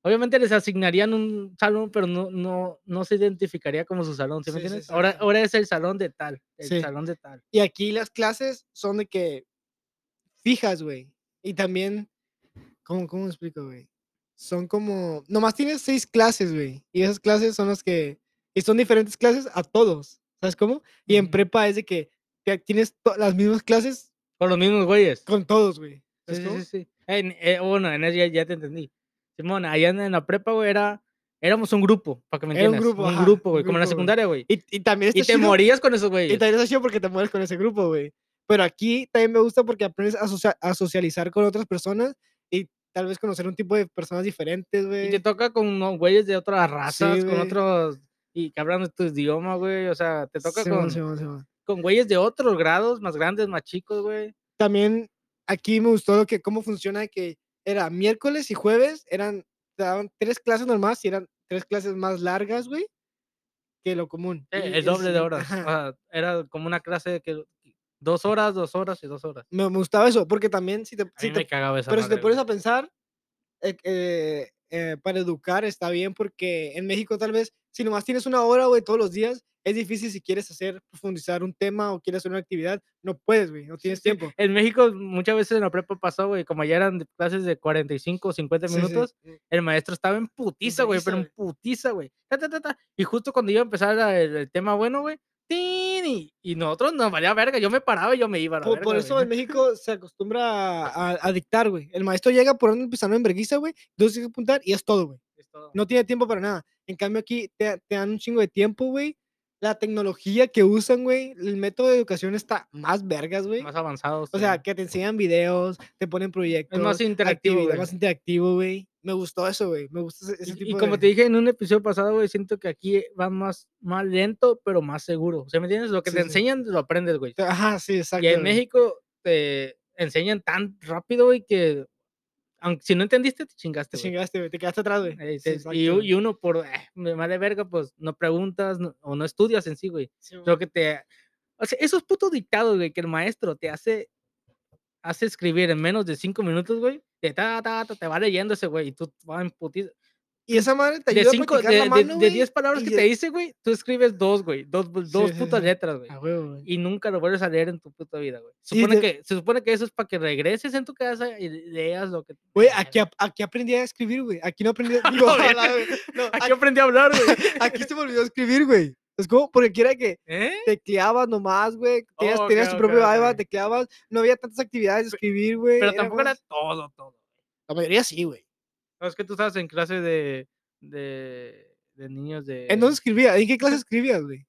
Obviamente les asignarían un salón, pero no, no, no se identificaría como su salón, ¿sí me Sí, sí, entiendes? ahora, exacto. ahora es el salón de tal, el Sí. salón de tal. Y aquí las clases son de que fijas, güey. Y también, ¿cómo, cómo explico, güey? Son como, nomás tienes seis clases, güey. Y esas clases son las que, y son diferentes clases a todos. ¿Sabes cómo? Y en Ujú. prepa es de que te- tienes to- las mismas clases Con los mismos güeyes. con todos, güey. Sí, ¿sabes sí, cómo? sí, sí. En- eh, bueno, en eso ya, ya te entendí. Simón, allá en, en la prepa, güey, era, éramos un grupo, para que me Era un entiendas. grupo, un ajá, grupo, un güey, como en la grupo, güey. secundaria, güey. Y, y también está Y te chido- morías con esos Y güeyes. también está chido porque te mueres con ese grupo, güey. Pero aquí también me gusta porque aprendes a, socia- a socializar con otras personas y tal vez conocer un tipo de personas diferentes, güey. Y te toca con unos güeyes de otras razas, con güey. otros, y que hablan tu idioma, güey. O sea, te toca Simón, con, Simón, Simón. con güeyes de otros grados, más grandes, más chicos, güey. También aquí me gustó lo que, cómo funciona que era miércoles y jueves, eran, te daban tres clases normales y eran tres clases más largas, güey, que lo común. Eh, y el doble de siguiente- horas. ajá. o sea, era como una clase de que dos horas, dos horas y dos horas. me, me gustaba eso, porque también si te, A si mí te- me cagaba esa pero si te madre, güey. pones a pensar, eh, eh, eh, para educar está bien, porque en México tal vez, si nomás tienes una hora, güey, todos los días, es difícil si quieres hacer, profundizar un tema o quieres hacer una actividad, no puedes, güey, no tienes sí. tiempo. En México muchas veces en la prepa pasó, güey, como ya eran de clases de 45 o 50 Sí, sí. minutos, el maestro estaba en putiza, güey, pero en vergüenza, putiza, güey. Ta, ta, ta, ta. Y justo cuando iba a empezar la- el, el tema bueno, güey, tin, y, y nosotros nos valía verga, yo me paraba y yo me iba a la Por, verga, por eso güey. en México se acostumbra a, a- a dictar, güey. El maestro llega por donde empezaron en verguiza, güey, dos tienes que apuntar y es todo, güey. Es todo. No tiene tiempo para nada. En cambio, aquí te, te dan un chingo de tiempo, güey. La tecnología que usan, güey. El método de educación está más vergas, güey. más avanzados. O sea, que te enseñan videos, te ponen proyectos. interactivo, actividad güey. Más interactivo, güey. Me gustó eso, güey. Me gusta ese, ese Y- tipo y, como de- te dije en un episodio pasado, güey, siento que aquí va más, más lento, pero más seguro. O sea, ¿me entiendes? Lo que Sí, te sí. enseñan, lo aprendes, güey. te- Ajá, sí, exacto. Y en güey. México te enseñan tan rápido, güey, que aunque, si no entendiste, Te te chingaste, güey. chingaste, güey. Te quedaste atrás, güey. Eh, Sí, te- exacto, y, u- güey. y uno por, eh, me vale verga, pues no preguntas no- o no estudias en sí, güey. Sí, güey. Lo que te... O sea, esos putos dictados, güey, que el maestro te hace, hace escribir en menos de cinco minutos, güey. Te, ta, ta, ta, te va leyendo ese, güey, y tú vas en putiza. Y esa madre te de ayuda cinco, a de, practicar la de- mano, de güey. 10 palabras y que ya- te dice, güey, tú escribes dos, güey, dos, dos sí, sí, putas sí. letras, güey. A huevo, güey. Y nunca lo vuelves a leer en tu puta vida, güey. Sí, Supone de- que, se supone que eso es para que regreses en tu casa y leas lo que... Güey, Ah, aquí, ap- aquí aprendí a escribir, güey. Aquí no aprendí. a- la Digo, a verga. la verga. No, Aquí aquí, aprendí a hablar, güey. aquí se me olvidó escribir, güey. Es como porque era que ¿Eh? tecleabas nomás, güey. Tenías, Oh, tenías ok, tu ok, propio iPad, ok. tecleabas. No había tantas actividades de escribir, güey. Pero tampoco era más- todo, todo. La mayoría sí, güey. No, es que tú estabas en clase de... de, de niños de... ¿En dónde escribías? ¿En qué clase escribías, güey?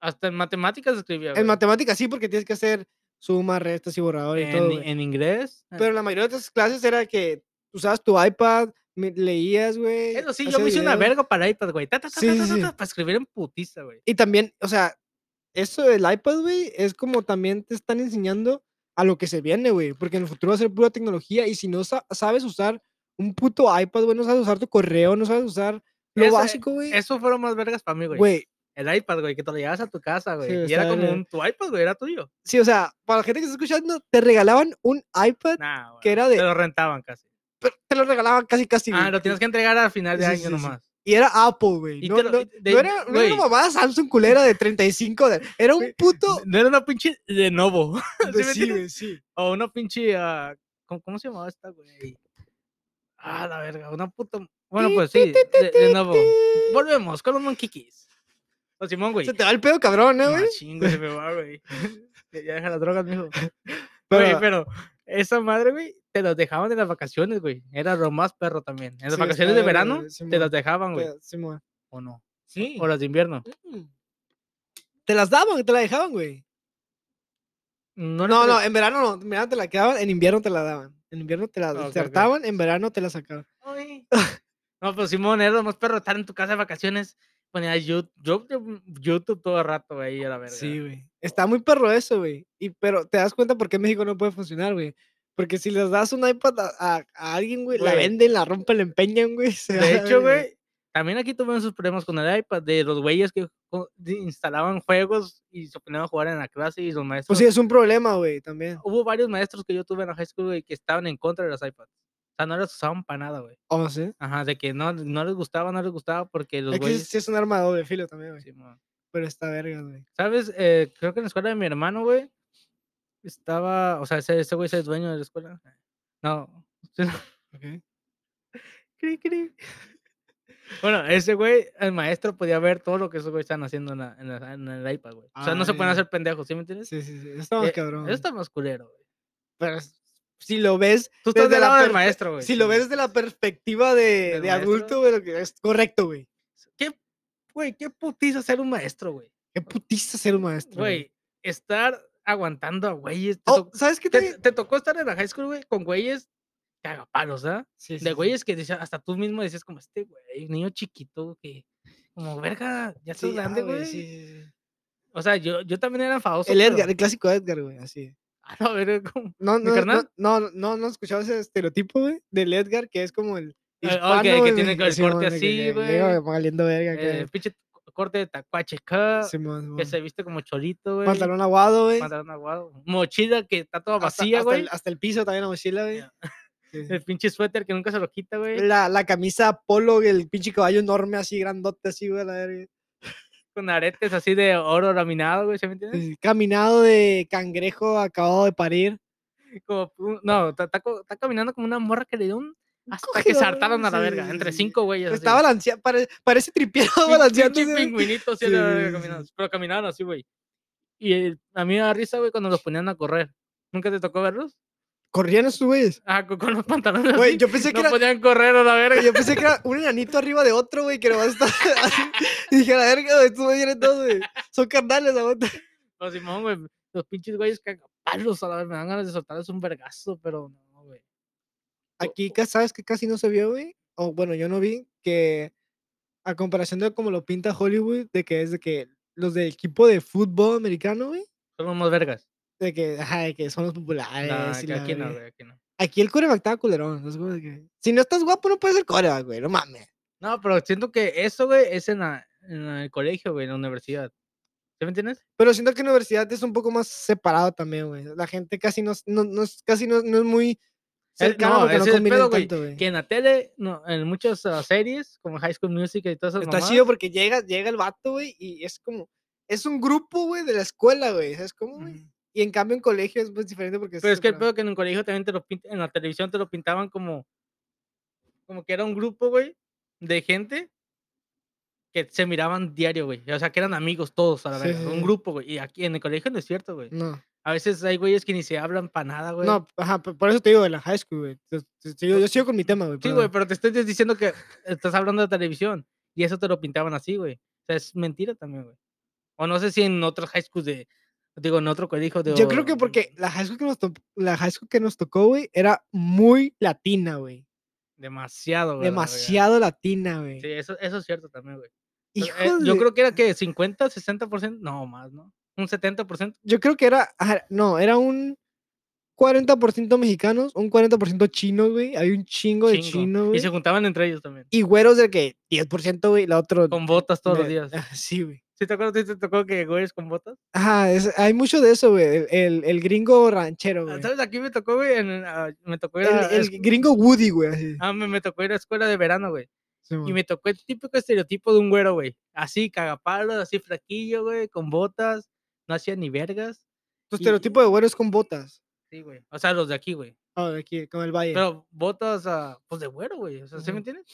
Hasta en matemáticas escribía, En güey. matemáticas sí, porque tienes que hacer sumas, restas y borrador y En, todo. i- güey. en inglés. eh. Pero la mayoría de estas clases era que usabas tu iPad, mi- leías, güey. Eso sí, yo hacías me hice una videos. verga para iPad, güey. Ta, ta, ta, ta, Sí, ta, sí, ta, sí. ta, Para escribir en putiza, güey. Y también, o sea, eso del iPad, güey, es como también te están enseñando a lo que se viene, güey. Porque en el futuro va a ser pura tecnología. Y si no sa- sabes usar un puto iPad, güey, no sabes usar tu correo, no sabes usar lo Esa- básico, güey. Eso fueron más vergas para mí, güey. Güey, El iPad, güey, que te lo llevabas a tu casa, güey. güey, y era está como verga. un tu iPad, güey, era tuyo. sí, o sea, para la gente que está escuchando, te regalaban un iPad, Nah, güey. Que era de- Te lo rentaban casi. pero te lo regalaban casi, casi. ah, güey, lo tienes y- que entregar al final de Sí, año sí, sí. nomás. Y era Apple, güey. Y No, te lo- no- y de- no era, no era güey. una mamada Samsung culera de 35 dólares. Era un Güey, puto. No era una pinche de Novo. de- me Pues sí, entiendes? güey, sí. o una pinche. ah, ¿cómo, cómo se llamaba esta, güey? Ah, la verga. Una puta. Bueno, Ti, pues ti, sí. ti, De, de ti, Novo. ti. Volvemos con los Monquiquis. O Simón, güey. Se te va el pedo, cabrón, ¿eh, güey? Machín, güey, se me va, güey. Ya ya deja las drogas, mijo. Güey, Pero- pero esa madre, güey, te los dejaban en las vacaciones, güey. Era lo más perro también. En las Sí, vacaciones está de verga, verano güey, te Simón, las dejaban, güey. Pero, Simón. ¿O no? Sí. O las de invierno. Mm. Te las daban, te la dejaban, güey. No, No, te no, las- en verano no, en verano te la quedaban, en invierno te la daban. En invierno te la ok, ok. descartaban, en verano te la sacaban. Ay. No, pues Simón, era lo más perro estar en tu casa de vacaciones. Ponía YouTube, YouTube todo el rato, güey, a la verga. Sí, güey. Está muy perro eso, güey. Y pero te das cuenta por qué México no puede funcionar, güey. Porque si les das un iPad a, a- a alguien, güey, la Güey. venden, la rompen, la empeñan, güey. se va a De la hecho, verga. güey, también aquí tuvieron sus problemas con el iPad de los güeyes que co- de- instalaban juegos y se ponían a jugar en la clase y los maestros. Pues sí, es un problema, güey, también. Hubo varios maestros que yo tuve en la high school, güey, que estaban en contra de los iPads. O sea, no los usaban para nada, güey. O no sé. Ajá, de que no, no les gustaba, no les gustaba porque los Es que sí- güeyes... sí es un arma de doble filo también, güey. Simón. Pero está verga, güey. ¿Sabes? Eh, creo que en la escuela de mi hermano, güey, estaba... O sea, ese ese güey es el dueño de la escuela. No. Ok. Cri, cri. Bueno, ese güey, el maestro podía ver todo lo que esos güeyes estaban haciendo en, la- en la- en el iPad, güey. O sea, no se Ah, pueden ya. hacer pendejos, ¿sí me entiendes? Sí, sí, sí. Está más Eh, cabrón. Eso güey. está más culero, güey. Pero es- si lo ves, Tú estás Desde del la lado del perfe- maestro, güey. si lo ves Simón. desde la perspectiva de, Pues Del de maestro. adulto, güey, lo que es correcto, güey. ¿Qué, güey, qué putiza ser un maestro, güey. Qué putista ser un maestro. Güey, estar aguantando a güeyes. Te, Oh, toc- ¿sabes qué te- también? te tocó estar en la high school, güey, con güeyes cagapalos, ¿ah? Sí, sí, De sí. güeyes que decía, hasta tú mismo decías, como este güey, niño chiquito, que como verga, ya estás Sí, ah, grande, güey. sí, sí, sí. O sea, yo, yo también era famoso. El pero- Edgar, el clásico Edgar, güey, así. A la verga, ¿cómo? No, ¿Mi no, no, carnal? no, no, no, has escuchado ese estereotipo, güey, del Edgar, que es como el. Ah, ok, hispano, que güey, tiene el mexi- corte Simón, de que- así, que- güey. eh, valiendo verga, que- Eh, pinche corte de tacuache acá, Simón, que Simón. se viste como cholito, güey. Pantalón aguado, güey. pantalón aguado. Mochila que está toda Hasta- vacía, hasta güey. el- Hasta el piso también la mochila, güey. Ya. Sí, sí. El pinche suéter que nunca se lo quita, güey. La, la camisa polo, el pinche caballo enorme, así grandote, así, güey, a la verga. Con aretes así de oro laminado, güey, ¿se me entiende? Sí, Caminado de cangrejo acabado de parir. Como, un- no, está, está co- está caminando como una morra que le dio un. Hasta que cogido, se hartaron a la sí, verga. sí, Entre sí. cinco güeyes. así, Está güey. balanceado, parece, parece tripiado Pin- balanceando. pinche pingüinito así a la Sí, verga sí, caminando, Pero caminaban así, güey. Y el- a mí me da risa, güey, cuando los ponían a correr. ¿Nunca te tocó verlos? Corrían esos güeyes. Ah, con, con los pantalones Güey, así. yo pensé que no era. podían correr a la verga. Yo pensé que era un enanito arriba de otro, güey, que nomás estaba así. Y dije, a la verga, güey, estos güeyes eran dos, güey. Son carnales, aguanta. Los Simón, güey. Los pinches güeyes cagapalos a la verga. Me dan ganas de soltarles un vergazo, pero no, güey. Oh, Aquí, ca- ¿sabes que casi no se vio, güey? O bueno, yo no vi que, a comparación de como lo pinta Hollywood, de que es de que los del equipo de fútbol americano, güey, Son los más vergas. de que, ajá, de que son los populares. Nah, y que Eh, la aquí no, verga. güey, aquí no. Aquí el coreback estaba culerón. ¿no? Es como de que, si no estás guapo, no puedes ser coreback, güey, no mames. No, pero siento que eso, güey, es en, la- en el colegio, güey, en la universidad. ¿Sí me entiendes? Pero siento que en la universidad es un poco más separado también, güey. La gente casi no, es- no, no es, casi no, no es muy Eh, cercana no, porque no ese es el conviven pedo, güey, tanto, güey. Que en la tele, no, en muchas ah, series, como High School Music y todas esas Está mamadas, chido porque llega, llega el vato, güey, y es como, es un grupo, güey, de la escuela, güey. ¿Sabes cómo, güey? Ujú. Y en cambio en colegio es pues, diferente porque... Pero es que el separado. pedo que en el colegio también te lo pint- en la televisión te lo pintaban como, como que era un grupo, güey, de gente que se miraban diario, güey. O sea, que eran amigos todos, a la Sí, verga. sí, sí. Un grupo, güey. Y aquí en el colegio no es cierto, güey. No, A veces hay güeyes que ni se hablan para nada, güey. no, ajá, p- por eso te digo de la high school, güey. Te- te- te- Yo, yo sigo con mi tema, güey. Sí, güey, perdón. pero te estoy dis- diciendo que estás hablando de televisión y eso te lo pintaban así, güey. O sea, es mentira también, güey. O no sé si en otros high schools de, digo, en otro colegio de... Yo creo que porque la high school que nos, to- la high school que nos tocó, güey, era muy latina, güey. Demasiado, güey. a la verga. Demasiado latina, güey. Sí, eso, eso es cierto también, güey. Pero, Hijo eh, yo de- creo que era que 50, 60%, no más, ¿no? Un 70%. yo creo que era, ajá, no, era un 40% mexicanos, un 40% chinos, güey. Hay un chingo, de chingo. chinos, y güey. se juntaban entre ellos también. Y güeros de que 10%, güey, la otro... Con botas todos los me- días. ah, Sí, güey. ¿Sí te acuerdas? ¿Sí te tocó que güeyes con botas? Ajá, es- hay mucho de eso, güey. El, el- el gringo ranchero, güey. Ah, ¿Sabes? Aquí me tocó, güey. en- ah, me tocó ir El, a, el escu- gringo Woody, güey. así, ah, me, me tocó ir a escuela de verano, güey. Simón. Y me tocó el típico estereotipo de un güero, güey. Así, cagapalos, así flaquillo, güey, con botas. No hacía ni vergas. Tu y- estereotipo de güero es con botas. Sí, güey. O sea, los de aquí, güey. Ah, de aquí, con el valle. Pero botas, ah, pues de güero, güey. O sea, ¿sí me Ujú. entiendes?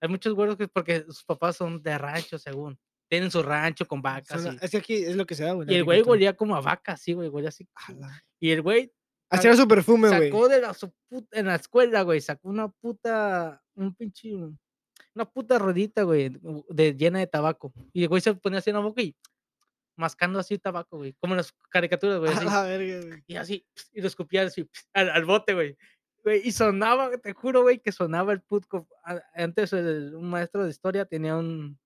Hay muchos güeros que porque sus papás son de rancho, según. Tienen su rancho con vacas. Son la- y- es que aquí es lo que se da, güey. la y el güey agricultura. olía como a vaca, sí, güey, olía así. A la- Y el güey Así era su perfume, güey. sacó de la, su put- en la escuela, güey, sacó una puta, un pinche, una puta ruedita, güey, u- de, llena de tabaco. Y el güey se ponía así en la boca y mascando así tabaco, güey, como en las caricaturas, güey. A así, la verga, güey. Y así, y lo escupía así, al, al bote, güey. Güey, Y sonaba, te juro, güey, que sonaba el putco. A- Antes el- un maestro de historia tenía un,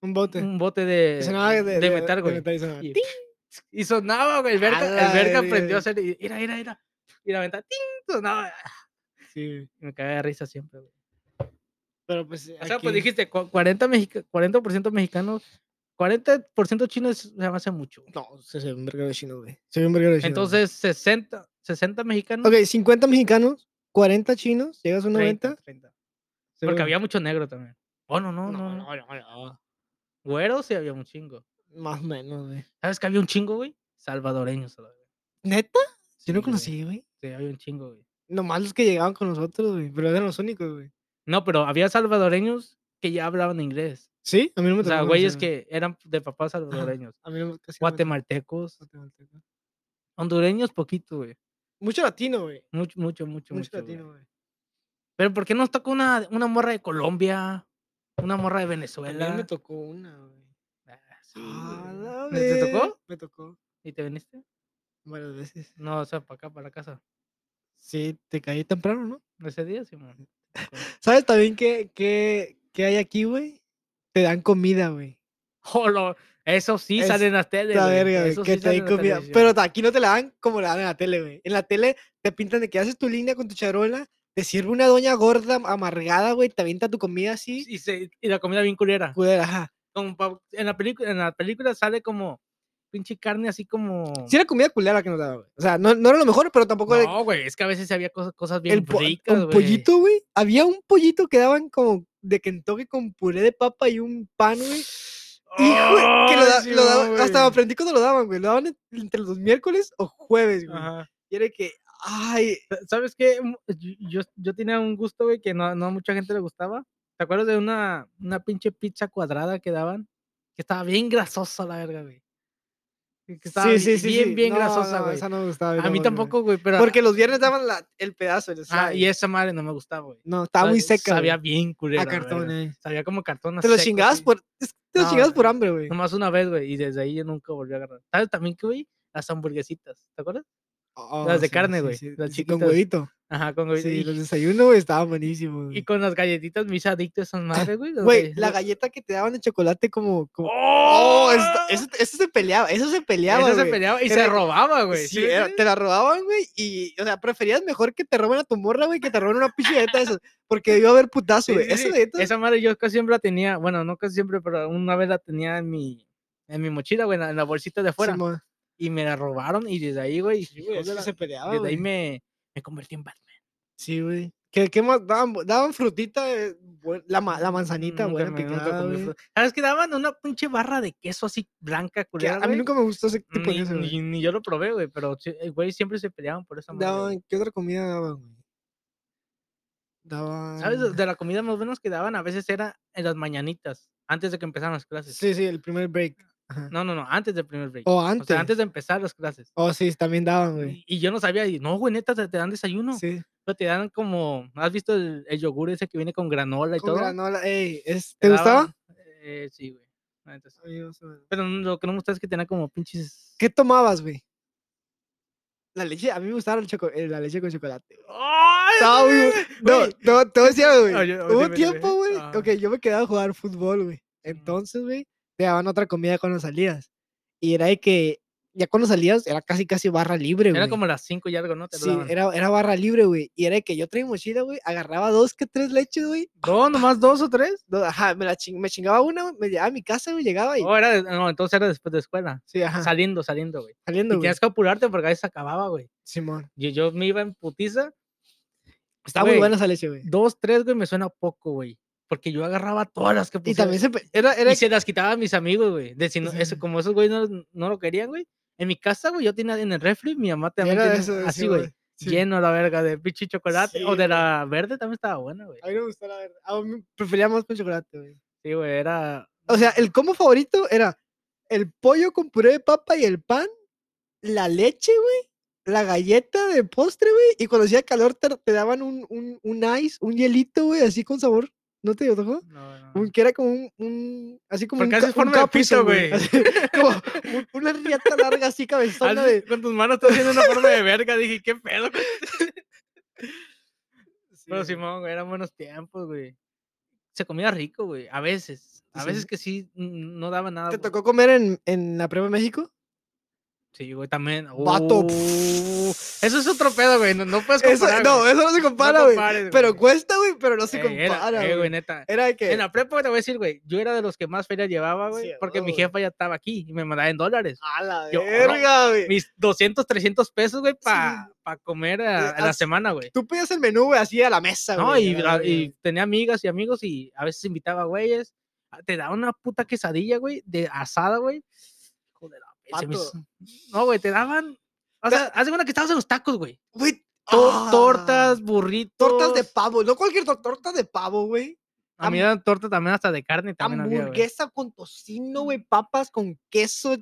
Un bote. un bote Mm, de, Sonaba de metal, güey. metal y sonaba. Y, y sonaba, güey. El verga, la el verga aprendió verga. a hacer. y- Mira, mira, mira. Y la ventana, ¡ting! Sonaba. Sí, güey. Y Me cagaba de risa siempre, güey. Pero pues. O sea, pues aquí- dijiste, cu- 40 mexica- 40% mexicanos, 40% chinos se me hace mucho. güey. No, se ve un verguero de chino, güey. Se ve un verguero de chino. güey. Entonces, 60, 60 mexicanos. Ok, 50 mexicanos, 40 chinos, llegas a un 30, 90. 30. se ve Porque un- había mucho negro también. Oh, no, no, no. no, no. no. Güero sí había un chingo. Más o menos, güey. ¿Sabes que había un chingo, güey? Salvadoreños. a la verga. ¿Neta? Yo Sí, no güey, conocí, güey. Sí, había un chingo, güey. Nomás los que llegaban con nosotros, güey. Pero eran los únicos, güey. No, pero había salvadoreños que ya hablaban inglés. ¿Sí? A mí no me O sea, tocó güeyes conocer, que eran de papás salvadoreños. A mí no me- casi no me tocó guatemaltecos, guatemalteco. hondureños poquito, güey. Mucho latino, güey. Mucho, mucho, Mucho mucho, mucho. güey. latino, güey. Pero ¿por qué nos toca una, una morra de Colombia? Una morra de A mí Venezuela. no me tocó una, güey. Ah, sí, A güey. la ¿Te- ¿Te tocó? vez, Me tocó ¿Y te viniste? varias veces. No, o sea, para acá, para la casa. Sí, te caí temprano, ¿no? Ese día, Simón. te tocó. ¿Sabes también qué, qué, qué hay aquí, güey? Te dan comida, güey. Jolo, Oh, Eso sí Es- sale en las teles. La güey, verga, güey, eso que sí te sale den en la comida. televisión. Pero ta- aquí no te la dan como la dan en la tele, güey. En la tele te pintan de que haces tu línea con tu charola, te sirve una doña gorda, amargada, güey, te avienta tu comida así. Y, se- y la comida bien culera. culera, ajá. Como pa- en, la película, en la película sale como pinche carne así como. Sí era comida culera que nos daban, güey. O sea, no, no era lo mejor, pero tampoco era no, güey, es que a veces había cosas, cosas bien el po- ricas, un güey. pollito, güey. Había un pollito que daban como de Kentucky con puré de papa y un pan, güey. Y, güey, que lo, Ay, da- lo daban- Simón, hasta güey. aprendí cuando lo daban, güey. Lo daban en- entre los miércoles o jueves, güey. Ajá. Y era que, ay, Sa- ¿Sabes qué? Mu- Yo, yo- yo tenía un gusto, güey, que no, no a mucha gente le gustaba. ¿Te acuerdas de una, una pinche pizza cuadrada que daban? Que estaba bien grasosa, la verga, güey. Que que estaba sí, bi- sí, sí, bien, sí. bien No, grasosa, no, güey. esa no me gustaba, a mí güey. tampoco, güey, pero... Porque los viernes daban la- el pedazo. el ah, y slide. esa madre no me gustaba, güey. No, estaba muy Sa- eh, seca. Sabía güey, bien culera. a la verga. cartón, eh. Sabía como cartón. a Te lo seco, chingabas sí. por. es que Te lo No, chingabas por güey. hambre, güey. Nomás una vez, güey, y desde ahí yo nunca volví a agarrar. ¿Sabes también qué, güey? Las hamburguesitas, ¿te acuerdas? Oh, las de sí, carne, sí, güey, sí, las sí, Con chiquitas. huevito. Ajá, con güey. Sí, y- los desayunos, güey, estaban buenísimos. Y güey. con las galletitas mis adictos esas madres, güey. las Güey, la galletitas- galleta que te daban de chocolate como. como... ¡Oh! Oh, esto- eso, eso se peleaba, eso se peleaba. Esa se güey. peleaba y Era- se robaba, güey. Sí, ¿sí me era- entiendes? te la robaban, güey, y, o sea, preferías mejor que te roben a tu morra, güey, que te roben una pinche galleta de esas, porque debió haber putazo, Sí, güey. sí, Esa sí. galleta, Esa madre yo casi siempre la tenía, bueno, no casi siempre, pero una vez la tenía en mi, en mi mochila, güey, en la, en la bolsita de afuera. Simón. y me la robaron y desde ahí, güey, Sí, güey, hijos es de que la- se peleaba, desde ahí Ah, güey. me, me convertí en Batman. Sí, güey. ¿Qué, qué más? Daban, daban frutita, eh, buen- la, ma- la manzanita, Mm, Nunca buena me- nunca picada, comí güey. fru- ¿Sabes qué daban? Una pinche barra de queso así blanca, Que culera, a mí güey. nunca me gustó ese tipo de ni, eso, güey. ni- ni yo lo probé, güey, pero, sí, eh, güey, siempre se peleaban por esa madre. güey. Daban, ¿qué otra comida daban, güey? Daban... ¿Sabes? De- De la comida más buenas que daban a veces era en las mañanitas, antes de que empezaran las clases. Sí, sí, el primer break. Ajá. No, no, no, antes del primer break. O O antes. sea, antes de empezar las clases. Oh, sí, también daban, güey. Y, y yo no sabía, y no, güey, neta, te, te dan desayuno. Sí. Pero te dan como, ¿has visto el, el yogur ese que viene con granola y Con todo? granola, ey, es- Te ¿Te gustaba? daban- eh, sí, güey. la neta sí. A mí no se me- Pero no- lo que no me gusta es que tenía como pinches... ¿Qué tomabas, güey? La leche, a mí me gustaba el choco- eh, la leche con chocolate. güey. ¡Ay, Estaba muy bu- No, güey! no, te voy a decir algo, güey. Oye, oye, Hubo dime, tiempo, dime. güey. Ah. Ok, yo me quedaba a jugar fútbol, güey. Entonces, güey, te daban otra comida cuando salías. Y era de que, ya cuando salías, era casi, casi barra libre, güey. Era como las 5 y algo, ¿no? Te lo Sí, daban. era, era barra libre, güey. Y era de que yo traía mi mochila, güey. Agarraba dos que tres leches, güey. ¿Dos, nomás dos o tres? do- Ajá, me, la ching- me chingaba una, güey, me llevaba a mi casa, güey. Llegaba y. Oh, era de- no, entonces era después de escuela. sí, ajá. Saliendo, saliendo, güey. Y Ah. saliendo, güey. tenías que apurarte porque a veces acababa, güey. Simón. Yo, yo me iba en putiza. Estaba muy Güey, buena esa leche, güey. Dos, tres, güey, me suena poco, güey. Porque yo agarraba todas las que Y pusiera. también se. pe- Era, y era se las quitaba a mis amigos, güey. De si no- Sí. eso, como esos güeyes no, no lo querían, güey. En mi casa, güey, yo tenía en el refri, mi mamá también Era tenía eso, de así, sí, güey. güey, sí. Lleno la verga de pinche chocolate. o Sí, de güey. la verde también estaba buena, güey. A mí no me gustó la verdad. A mí prefería más con chocolate, güey. Sí, güey, era. O sea, el combo favorito era el pollo con puré de papa y el pan, la leche, güey, la galleta de postre, güey. Y cuando hacía calor te, te daban un, un, un ice, un hielito, güey, así con sabor. ¿No te tocó? No, no, no. Un, que era como un, un así como Porque un, ca- haces un forma de capuzón, pito, güey. así, como un- una riata larga así cabezona Hazle- de Con tus manos estás haciendo una forma de verga. Dije, qué pedo. con- Pero Sí, güey. Simón, güey, eran buenos tiempos, güey. Se comía rico, güey. A veces. A veces Sí. que sí, mm, no daba nada. ¿Te güey. tocó comer en, en la prueba de México? Sí, güey, también. Vato, Uh, eso es otro pedo, güey. No, no puedes Eso- comparar. no, güey. eso no se compara, güey. compares, pero güey. cuesta, güey, pero no se Eh, era- compara, eh, güey, güey. neta. Era de que... En la prepa te voy a decir, güey, yo era de los que más feria llevaba, Sí, güey, a porque mi huevo, güey. jefa ya estaba aquí y me mandaba en dólares. A la Yo, no, verga, güey. Mis 200, 300 pesos, güey, para sí. comer a, a la as- semana, güey. Tú pedías el menú, güey, así a la mesa, güey. No, a y, la la- verga, y güey. tenía amigas y amigos y a veces invitaba güeyes. Ah, Te daba una puta quesadilla, güey, de asada, güey. Hijo de la verga, se me Pato. hizo- No, güey, te daban. O Ta- sea, haz de cuenta que estabas en los tacos, güey. Güey, To- ah, Tortas, burritos. Tortas de pavo, no cualquier torta, tortas de pavo, güey. A mí ham- eran tortas también hasta de carne. También había, güey. Hamburguesa con tocino, güey, papas con queso.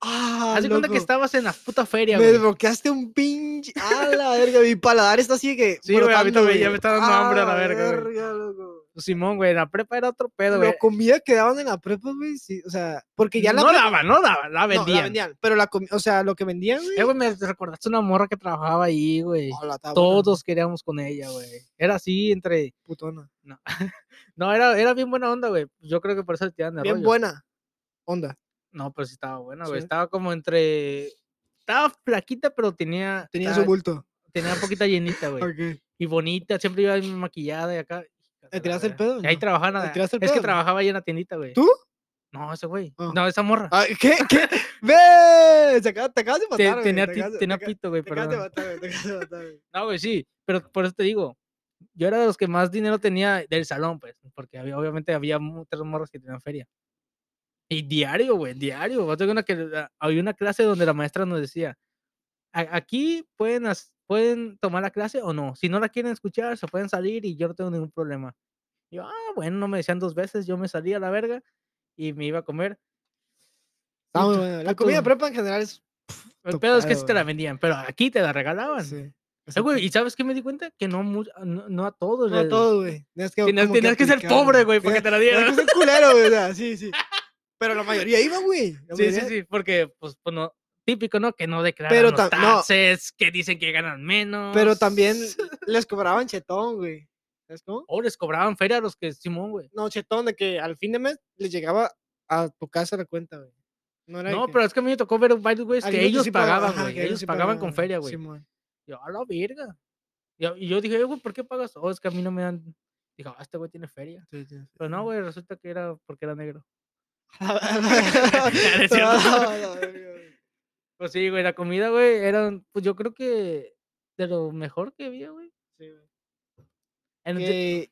Ah, Haz de cuenta que loco, estabas en la puta feria, Me güey. desbloqueaste un pinche. A la verga, mi paladar está así de que. Sí, güey, a mí brotando, también, ya me está dando A hambre a la verga, güey. loco. Simón, güey, la prepa era otro pedo, güey. La comida que daban en la prepa, güey, sí, o sea, porque ya en la No prepa- daba, no daba, la no, la vendían. pero la comida, o sea, lo que vendían, güey. Eh, güey, me recordaste una morra que trabajaba ahí, güey. hola, estaba buena, Todos queríamos con ella, güey. Era así entre... putona. No, era, era bien buena onda, güey. Yo creo que por eso te tiran de bien rollo. buena onda. No, pero sí estaba buena, güey. Sí. Estaba como entre. Estaba flaquita, pero tenía. Tenía su estaba- bulto. Tenía poquita llenita, güey. Ok. Y bonita, siempre iba bien maquillada y acá. hija de ¿Le la tiraste el verga. pedo? Y ahí No. trabajaba nada. tiraste el Es que pedo? trabajaba ahí en la tiendita, güey. ¿Tú? No, ese güey. Ah. No, esa morra. Ah, ¿Qué? ¿Qué? ¡Ve! Se acaba- te acabas de Te- matar, güey, tenía te ti- acabas de- tenía te aca- pito, güey, Te acabas de perdón. matar, güey, te acabas de matar, güey. No, güey, sí. Pero por eso te digo, yo era de los que más dinero tenía del salón, pues. Porque había- obviamente había muchas morras que tenían feria. Y diario, güey, diario. Vas a ver una que, la- había una clase donde la maestra nos decía, "A- aquí pueden, as- pueden tomar la clase o no. Si no la quieren escuchar, se pueden salir y yo no tengo ningún problema. Yo, ah, bueno, no me decían dos veces, yo me salía a la verga y me iba a comer. Está muy Puta, bueno. La puto- comida prepa en general es. El Tu pedo es que pedo, sí te la güey. vendían, pero aquí te la regalaban. sí, Eh, güey, exacto. ¿y sabes qué me di cuenta? Que no, mu- a- no, no a todos. No les- todo, güey. Tenías que, Tenías, como tenías que ser aplicarlo. pobre, güey, para Tenías- que te la tenías dieran. que ser culero, güey. o sea, sí, sí. Pero la mayoría iba, güey. la Sí, sí, mayoría- sí, porque, pues, pues, no, típico, ¿no? Que no declaran Pero los tam- no. taxes, que dicen que ganan menos. Pero también les cobraban chetón, güey. ¿Sabes cómo? O les cobraban feria a los que, Simón, güey. No, chetón, de que al fin de mes les llegaba a tu casa la cuenta, güey. No, era de No, que- pero es que a mí me tocó ver varios güeyes que algunos ellos sí pagaban, ajá, güey. que Ellos sí pagaban con feria, güey. Simón. Yo, a la verga. Y yo- Y yo dije, "Eh, güey, ¿por qué pagas? Oh, es que a mí no me dan. Dijo, ah, este güey tiene feria. Sí, sí, sí. Pero Pues no, güey, resulta que era porque era negro. no es cierto. No, no, güey. Pues sí, güey, la comida, güey, era, pues yo creo que de lo mejor que había, güey. Sí, güey. En- de- que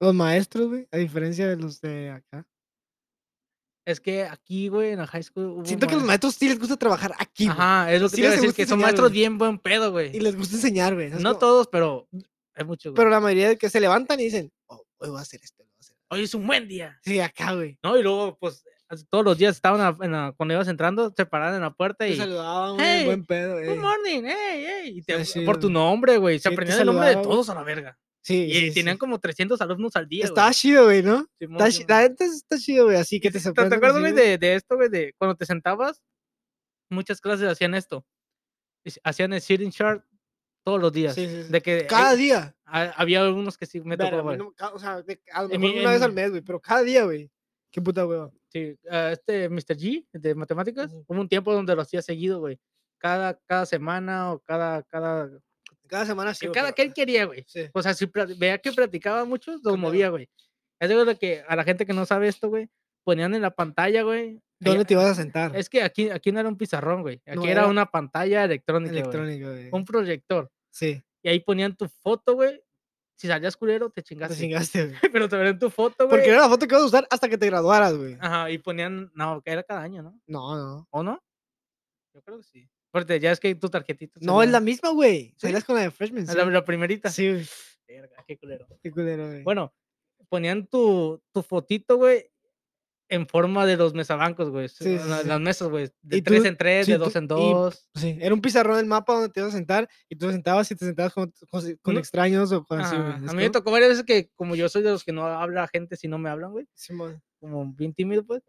los maestros, güey, a diferencia de los de acá. Es que aquí, güey, en la high school. hubo Siento que los maes- maestros sí les gusta trabajar aquí, güey. Ajá, es lo que sí te iba a les decir, gusta que son enseñar, maestros güey. bien buen pedo, Y güey. les gusta enseñar, güey. ¿sabes No cómo? todos, pero es mucho, güey. Pero la mayoría de que se levantan y dicen, "Oh, hoy voy a hacer esto, lo voy a hacer. Hoy es un buen día, Sí, acá, güey. ¿no? Y luego, pues, as- todos los días estaban a- en la- cuando ibas entrando, te paraban en la puerta Te y. saludaban, güey, "Hey, buen pedo, Good eh". morning, hey, hey. Y te, Sí, eh. sí, por tu güey. nombre, güey. Se Sí, te aprendían el nombre de saludaba, güey. todos a la verga. Sí, Y, sí, sí. tenían como 300 alumnos al día. güey. Estaba chido, güey, ¿no? Simón, Está chi- Simón. La neta está chido, güey, así que te Sí, ¿Te, sorprendan acuerdas, así, güey, güey. de, de esto, güey? De cuando te sentabas, muchas clases hacían esto. es- Hacían el sitting chart todos los días. Sí, sí, sí. De que eh, Cada día. ha- había algunos que sí me Verga, tocó, a mí güey. no- ca- o sea, de- a lo En mejor mi- una vez en- al mes, güey, pero cada día, güey. Qué puta hueva. Sí, ah, este Mr. G de matemáticas, Ujú. hubo un tiempo donde lo hacía seguido, güey. Cada, cada semana o cada, cada, Cada semana sí. que güey, cada que pero- él quería, güey. Sí. O sea, si pla- veía que platicaba mucho, lo Claro. movía, güey. Es de lo que a la gente que no sabe esto, güey, ponían en la pantalla, güey. ¿Dónde allá- te ibas a sentar? Es que aquí, aquí no era un pizarrón, güey. Aquí No, era, era una pantalla electrónica, güey, Electrónico, güey. Un proyector. Sí. Y ahí ponían tu foto, güey. Si salías culero, te Te chingaste. chingaste, güey. Pero te ponían tu foto, güey. Porque era la foto que ibas a usar hasta que te graduaras, güey. Ajá, y ponían, no, que era cada año, ¿no? No, no. ¿O no? Yo creo que sí. Porque ya es que tu tarjetita. No, es la salía- misma, güey. ¿Sí? Salías con la de freshman. la, la primerita. Sí, sí güey. Verga, qué culero. Qué culero, güey. Bueno, ponían tu, tu fotito, güey, en forma de los mesabancos, güey. Sí, la- sí, Las, sí. mesas, güey. De Y tres tú- en tres, sí, de tú- dos en y- dos. Sí, era un pizarrón del mapa donde te ibas a sentar y tú te sentabas y te sentabas con, con- con No. extraños o con así, pues güey. Ajá, ¿sabes A mí me cómo? tocó varias veces que, como yo soy de los que no habla gente si no me hablan, güey. Simón. como bien tímido, pues.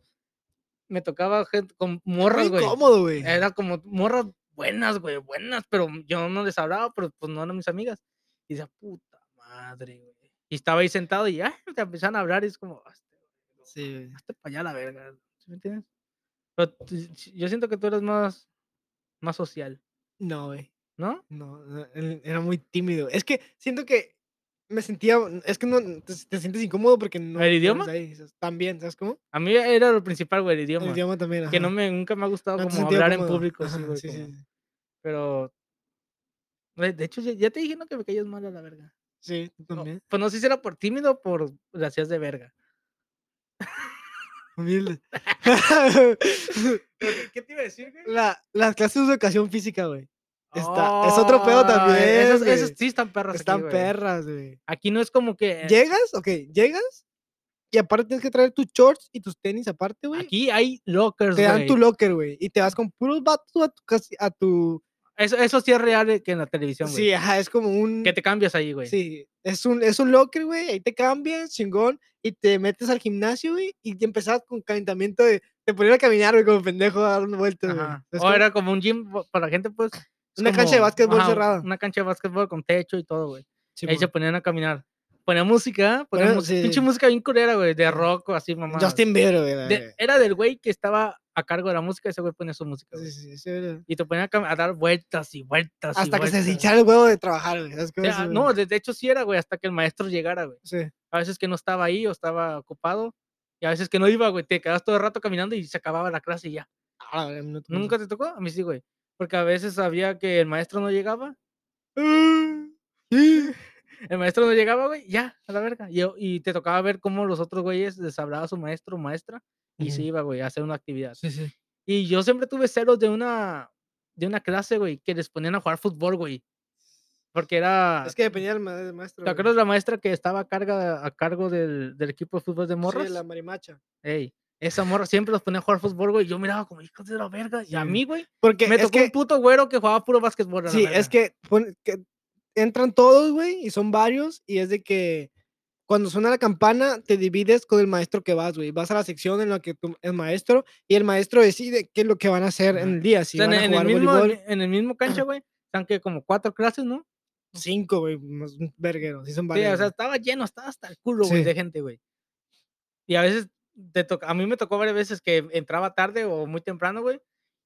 Me tocaba gente con Muy morras, güey. incómodo, güey. Era como morras buenas, güey, buenas, pero yo no les hablaba, pero pues no eran mis amigas. Y decía, puta madre, güey. Y estaba ahí sentado y ya, te empezaban a hablar y es como, hazte, Sí, güey. para allá la verga. ¿Sí me entiendes? Pero tú- sí, yo siento que tú eres más, más social, No, güey. ¿no? No, no, el- era muy tímido. Es que siento que me sentía. Es que no te, te sientes incómodo porque no. eres idioma? ahí, ¿sabes? también, ¿sabes cómo? A mí era lo principal, güey, el idioma. El idioma también. Que no ajá. me, nunca me ha gustado No te como sentías hablar en cómodo, público, sí, ajá, güey, sí, como- sí, sí. Pero, güey, de hecho, ya, ya te dije, ¿no? Que me caías mal a la verga. Sí, tú No, también. pues no sé si era por tímido o por la hacías de verga. Humilde. ¿Qué te iba a decir, güey? La- las clases de educación física, güey. Está- es otro pedo también, Esas, güey. esas Oh, sí están perras. aquí, Están güey. Eh, perras, güey. Aquí no es como que. Llegas, ok, llegas. Y aparte tienes que traer tus shorts y tus tenis aparte, güey. Aquí hay lockers, Te dan tu güey. locker, güey. Y te vas con puros vatos a tu. casi- A tu... Eso, eso sí es real eh, que en la televisión, güey. Sí, ajá, es como un. Que te cambias ahí, güey. Sí, es un, es un locker, güey. Ahí te cambias, chingón, y te metes al gimnasio, güey. Y ya empezabas con calentamiento de. Te ponían a caminar, güey, como pendejo, a dar una vuelta, güey. Ajá. ¿Sabes O cómo? era como un gym pa- para la gente, pues. es Una cancha de básquetbol cerrada. Una cancha de básquetbol con techo y todo, güey. Sí, ahí se mon. ponían a caminar. Ponía música, ponía Bueno, mu- sí. pinche música bien culera, güey, de rock o así, mamá. Justin Bieber, güey. la verga. era del güey que estaba a cargo de la música, ese güey ponía su música. güey. Sí, sí, sí, era- Y te ponía a, cam- a dar vueltas y vueltas. y Hasta que se vueltas. deshinchara el huevo de trabajar, güey. ¿sabes O cómo sea, es, güey? ah, no, de, de hecho sí era, güey, hasta que el maestro llegara, güey. Sí. A veces que no estaba ahí o estaba ocupado. Y a veces que no iba, güey. Te quedabas todo el rato caminando y se acababa la clase y ya. Ah, la verga, no te conozco. ¿Nunca te tocó? A mí sí, güey. Porque a veces sabía que el maestro no llegaba. El maestro no llegaba, güey. Ya, a la verga. Y, yo- y te tocaba ver cómo los otros güeyes les hablaba a su maestro o maestra. Y se Ujú. iba, güey, a hacer una actividad. Sí, sí. Y yo siempre tuve celos de una, de una clase, güey, que les ponían a jugar fútbol, güey. Porque era... Es que dependía del ma- del maestro. Ah. güey. ¿Te acuerdas la maestra que estaba a, carga, a cargo del, del equipo de fútbol de morros? Sí, la marimacha. Ey, esa morra siempre los ponía a jugar fútbol, güey. y Yo miraba como hijos de la verga. Y a Sí. mí, güey, Porque me es tocó que, un puto güero que jugaba puro básquetbol. a la sí, es verga. que, pon- que entran todos, güey, y son varios, y es de que cuando suena la campana, te divides con el maestro que vas, güey. Vas a la sección en la que tu- el maestro, y el maestro decide qué es lo que van a hacer Ajá. en el día. O Si sea, en, van a en el jugar mismo, voleibol, en el mismo cancha, güey, están que como cuatro clases, ¿no? cinco, güey, más un verguero, sí son Sí, varios. o sea, güey. estaba lleno, estaba hasta el culo, güey, Sí. de gente, güey. Y a veces, te toca- a mí me tocó varias veces que entraba tarde o muy temprano, güey,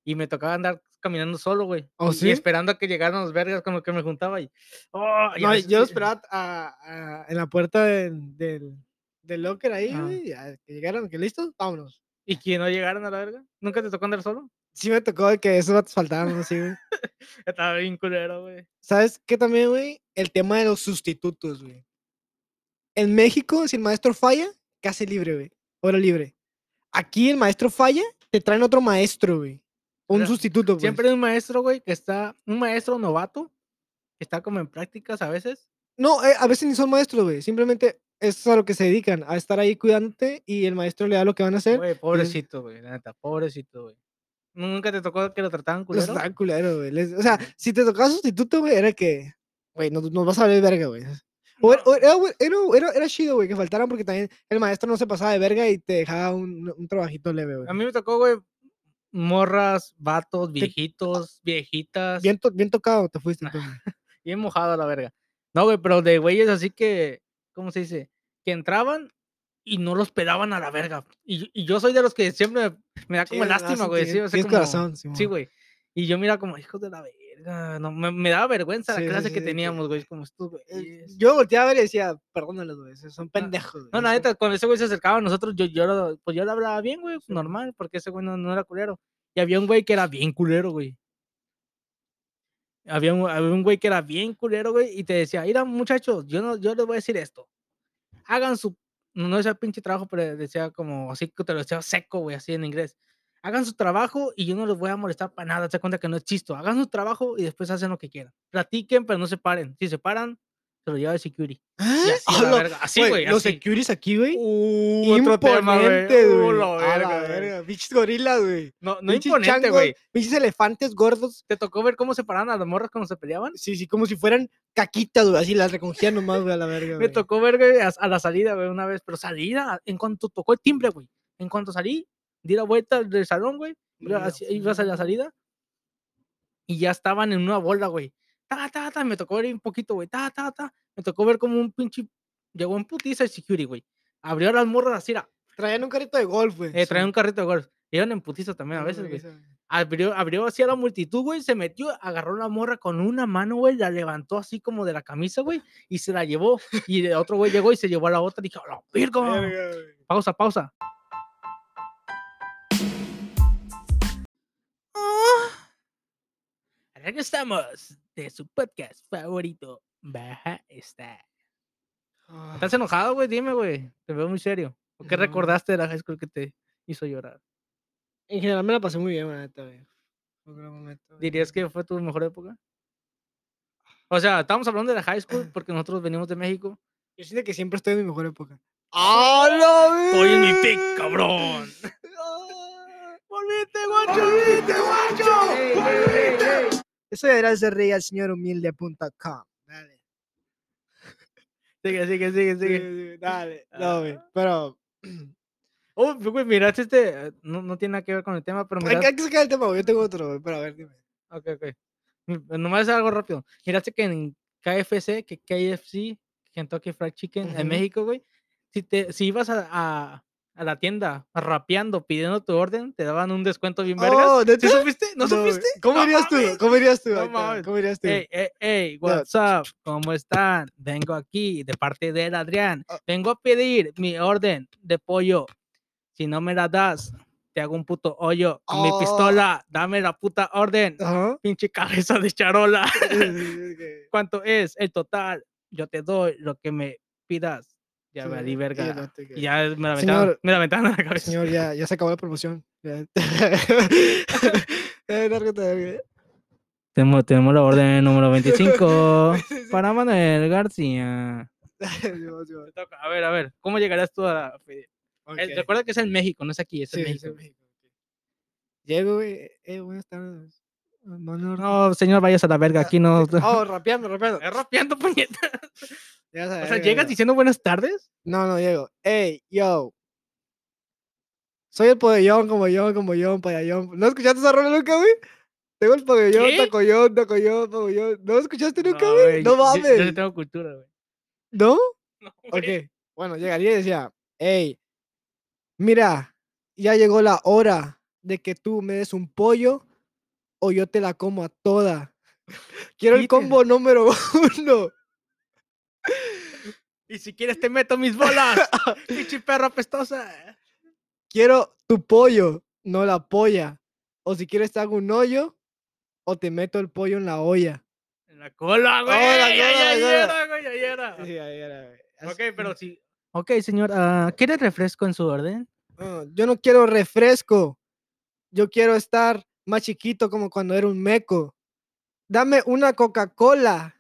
y me tocaba andar caminando solo, güey. ¿Oh, y- y, sí? esperando a que llegaran los vergas, como que me juntaba y... "Oh", y a No, veces yo que- lo esperaba a- a- en la puerta del, del, del locker ahí, Ajá. güey, ya que llegaron, que listos, vámonos. Y que no llegaran a la verga. ¿Nunca te tocó andar solo? Sí me tocó de que esos vatos faltaban, así, güey. Estaba bien culero, güey. ¿Sabes qué también, güey? El tema de los sustitutos, güey. En México, si el maestro falla, casi libre, güey. Hora libre. Aquí el maestro falla, te traen otro maestro, güey. Un Pero sustituto, pues. Siempre hay un maestro, güey, que está... Un maestro novato, que está como en prácticas a veces. No, eh, a veces ni son maestros, güey. Simplemente es a lo que se dedican, a estar ahí cuidándote y el maestro le da lo que van a hacer. Güey, pobrecito, güey, la neta, pobrecito, güey. ¿Nunca te tocó que lo trataban Los culero? tratan culero, güey. Les- O sea, si te tocaba sustituto, güey, era que, güey, nos, nos vas a valer verga, güey. O era, o era, güey, era- era- era chido, güey, que faltaran porque también el maestro no se pasaba de verga y te dejaba un, un trabajito leve, güey. A mí me tocó, güey, morras, vatos, viejitos, viejitas. Bien, Bien, to- bien tocado te fuiste. Ah. entonces. mojado a la verga. No, güey, pero de güeyes así que, ¿cómo se dice? Que entraban y no los pedaban a la verga. Y, y yo soy de los que siempre me, me da Sí, como me das lástima, un güey. Sí, tien- o sea, tienes como- corazón, Sí, Simón. güey. Y yo mira como, hijos de la verga. No, me, me daba vergüenza Sí, la sí, clase sí, que de que- teníamos, güey. Como estos, Eh, güeyes. Yo volteaba a ver y decía, perdónalos, güey, son pendejos. No, güey, la son- neta, cuando ese güey se acercaba a nosotros, yo, yo, lo- pues yo le hablaba bien, güey, Sí. normal, porque ese güey no, no era culero. Y había un güey que era bien culero, güey. Había un, había un güey que era bien culero, güey, y te decía, mira, muchachos, yo, no, yo les voy a decir esto. Hagan su, no no decía pinche trabajo, pero decía como, así que te lo decía seco, güey, así en inglés. Hagan su trabajo y yo no los voy a molestar para nada, te cuenta que no es chisto. Hagan su trabajo y después hacen lo que quieran. Platiquen, pero no se paren. Si se paran, se lo lleva el security. ¡Ah! Y así, a la Hola, verga, así, güey, Los así. securities aquí, güey. Uh, otro tema, güey. Imponente, Uh, güey. la A la verga, güey. verga, Pinches gorilas, güey. No, no pinches imponente, changos, güey. Pinches elefantes gordos. ¿Te tocó ver cómo se paraban a las morras cuando se peleaban? Sí, sí, como si fueran caquitas, güey. Así las recogían nomás, güey, a la verga. Me güey. tocó ver güey, a, a la salida, güey, una vez. Pero salida, en cuanto tocó el timbre, güey. En cuanto salí, di la vuelta del salón, güey. iba Mira, hacia- Ibas a la fu- salida. Y ya estaban en una bola, güey. Ta, ta, ta. Me tocó ver un poquito, güey. Ta, ta, ta. Me tocó ver como un pinche. Llegó en putiza el security, güey. Abrió las morras así, era, Traían un carrito de golf, güey. eh, traía sí. un carrito de golf. Llegaron en putiza también a No, veces, güey, güey. esa- abrió, abrió así a la multitud, güey, se metió, agarró la morra con una mano, güey, la levantó así como de la camisa, güey, y se la llevó. Y de otro güey llegó y se llevó a la otra. Dije, ¡a la virgo! Verga, güey. Pausa, pausa. Regresamos Ah. de su podcast favorito, Baja está. Ah. ¿Estás enojado, güey? Dime, güey. Te veo muy serio. ¿Por qué No. recordaste de la high school que te hizo llorar? En general me la pasé muy bien, la neta, güey. Fue un gran momento, güey. ¿Dirías que fue tu mejor época? O sea, estamos hablando de la high school porque nosotros venimos de México. Yo siento que siempre estoy en mi mejor época. ¡Hola, Estoy en mi pick, cabrón. ¡Ah! ¡Volviste, guacho! ¡Volviste, guacho! Eso era el rey al señor humilde.com. Dale. Sigue, sigue, sigue, Sí, sigue. sí, dale. No, güey. Ah. Pero. Oh, güey, miraste este. eh, No, no tiene nada que ver con el tema, pero Hay, miraste. hay que sacar el tema, güey. Yo tengo otro, güey. Pero a ver, dime. Ok, ok. Mm, Nomás algo rápido. Miraste que en KFC, que KFC, Kentucky Fried Chicken Ujú. en México, güey, si, te, si ibas a, a- a la tienda rapeando, pidiendo tu orden, te daban un descuento bien vergas. Oh, ¿Sí ¿neta? supiste? ¿No, güey. supiste? ¿Cómo ¡No irías tú? mames! ¿Cómo irías tú? No Ahí está, mames. ¿Cómo irías tú? Ey, ey, ey, No. what's up? ¿Cómo están? Vengo aquí de parte del Adrián. Ah. Vengo a pedir mi orden de pollo. Si no me la das, te hago un puto hoyo con mi Oh. pistola. Dame la puta orden. Ajá. Pinche cabeza de charola. Sí, ¿Cuánto es el total? Yo te doy lo que me pidas. Ya me y di verga. elote, güey. Y ya me la aventaron, Señor- me la aventaron a la cabeza. Señor, ya, ya se acabó la promoción. Ya. Ya, lárgate de verga. Tenemos, tenemos la orden número 25 para Manuel García. Simón, Simón. Te toca. A ver, a ver, ¿cómo llegarás tú a la feria? Eh, Ok. Recuerda que es en México, no es aquí, es Sí, en sí, México. en México, ok. Llego, güey. Eh, buenas tardes. Manuel. No, señor, vayas a la verga, aquí no. Oh, rapeando, rapeando. Es rapeando, puñeta. Ya O sabes, sea, ya, llegas ya. diciendo buenas tardes. No, no, llego. Ey, yo. Soy el pabellón, como yo, como yo, payallón. ¿No escuchaste esa rola nunca, güey? Tengo el pabellón, ¿Qué? tacollón, tacollón, pabellón. ¿No escuchaste nunca, No, güey? No, yo- yo- Yo, sí mames. tengo cultura, güey. ¿No? No, güey. Ok. Bueno, llegaría y decía, hey, mira, ya llegó la hora de que tú me des un pollo o yo te la como a toda. Quiero el Quítela. combo número uno. Y si quieres te meto mis bolas. Pinche perro apestosa. quiero tu pollo, no la polla. O si quieres te hago un hoyo o te meto el pollo en la olla. En la cola, güey. la Ay, cola, la ay, cola. era, güey, ahí era. Ah, Sí, ahí era, güey. Así- Ok, pero sí. Ok, señor, ah, ¿quiere refresco en su orden? "Ah, yo no quiero refresco. Yo quiero estar más chiquito como cuando era un meco. Dame una Coca-Cola.